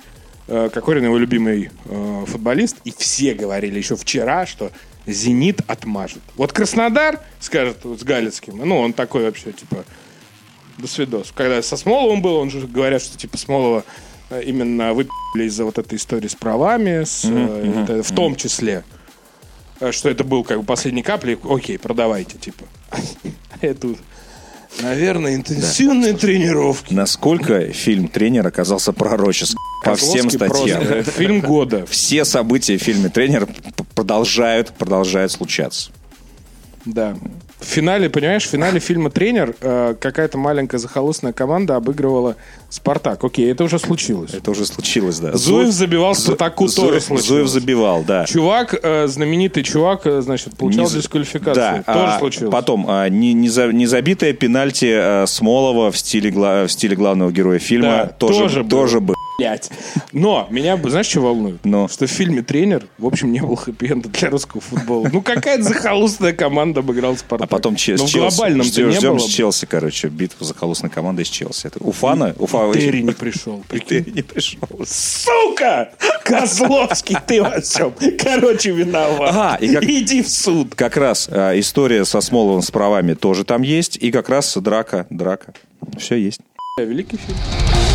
э, Кокорин его любимый э, футболист, и все говорили еще вчера, что «Зенит» отмажет. Вот Краснодар, скажет вот с Галицким, ну, он такой вообще, типа, до свидос. Когда со Смоловым был, он же говорят, что типа Смолова э, именно выпили из-за вот этой истории с правами, с, э, это в том числе, э, что это был как бы последней каплей. Окей, продавайте, типа. Это, наверное, интенсивные тренировки. Насколько фильм «Тренер» оказался пророческим по всем Козловский статьям? просто, э, Фильм года. Все события в фильме «Тренер» п- продолжают, продолжают случаться. Да. В финале, понимаешь, в финале фильма «Тренер» э, какая-то маленькая захолустная команда обыгрывала «Спартак». Окей, это уже случилось. Это уже случилось, да. Зуев забил Зу- «Спартаку» Зу- тоже Зуев, случилось. забивал, да. Чувак, э, знаменитый чувак, э, значит, получал Не за- дисквалификацию. Да, Тоже а, случилось. Потом, а, не, не за- не забитое пенальти а, Смолова в стиле, гла- в стиле главного героя фильма Да, тоже, тоже было. тоже бы. Блять. Но меня, бы- знаешь, что волнует? Ну. Что в фильме «Тренер», в общем, не было хэппи-энда для русского футбола. Ну, какая-то захолустная команда обыграла «Спартак». А потом Че- Но с в Челси. глобальном то Ждем- не ждем с было. Челси, короче, битву за холостной командой с Челси. Это Уфана? Уфа Терри не пришел. Терри не пришел. Сука! Козловский, ты во всем. Короче, виноват. А, и как- Иди в суд. Как раз а, история со Смоловым с правами тоже там есть. И как раз драка, драка. Все есть. Великий фильм.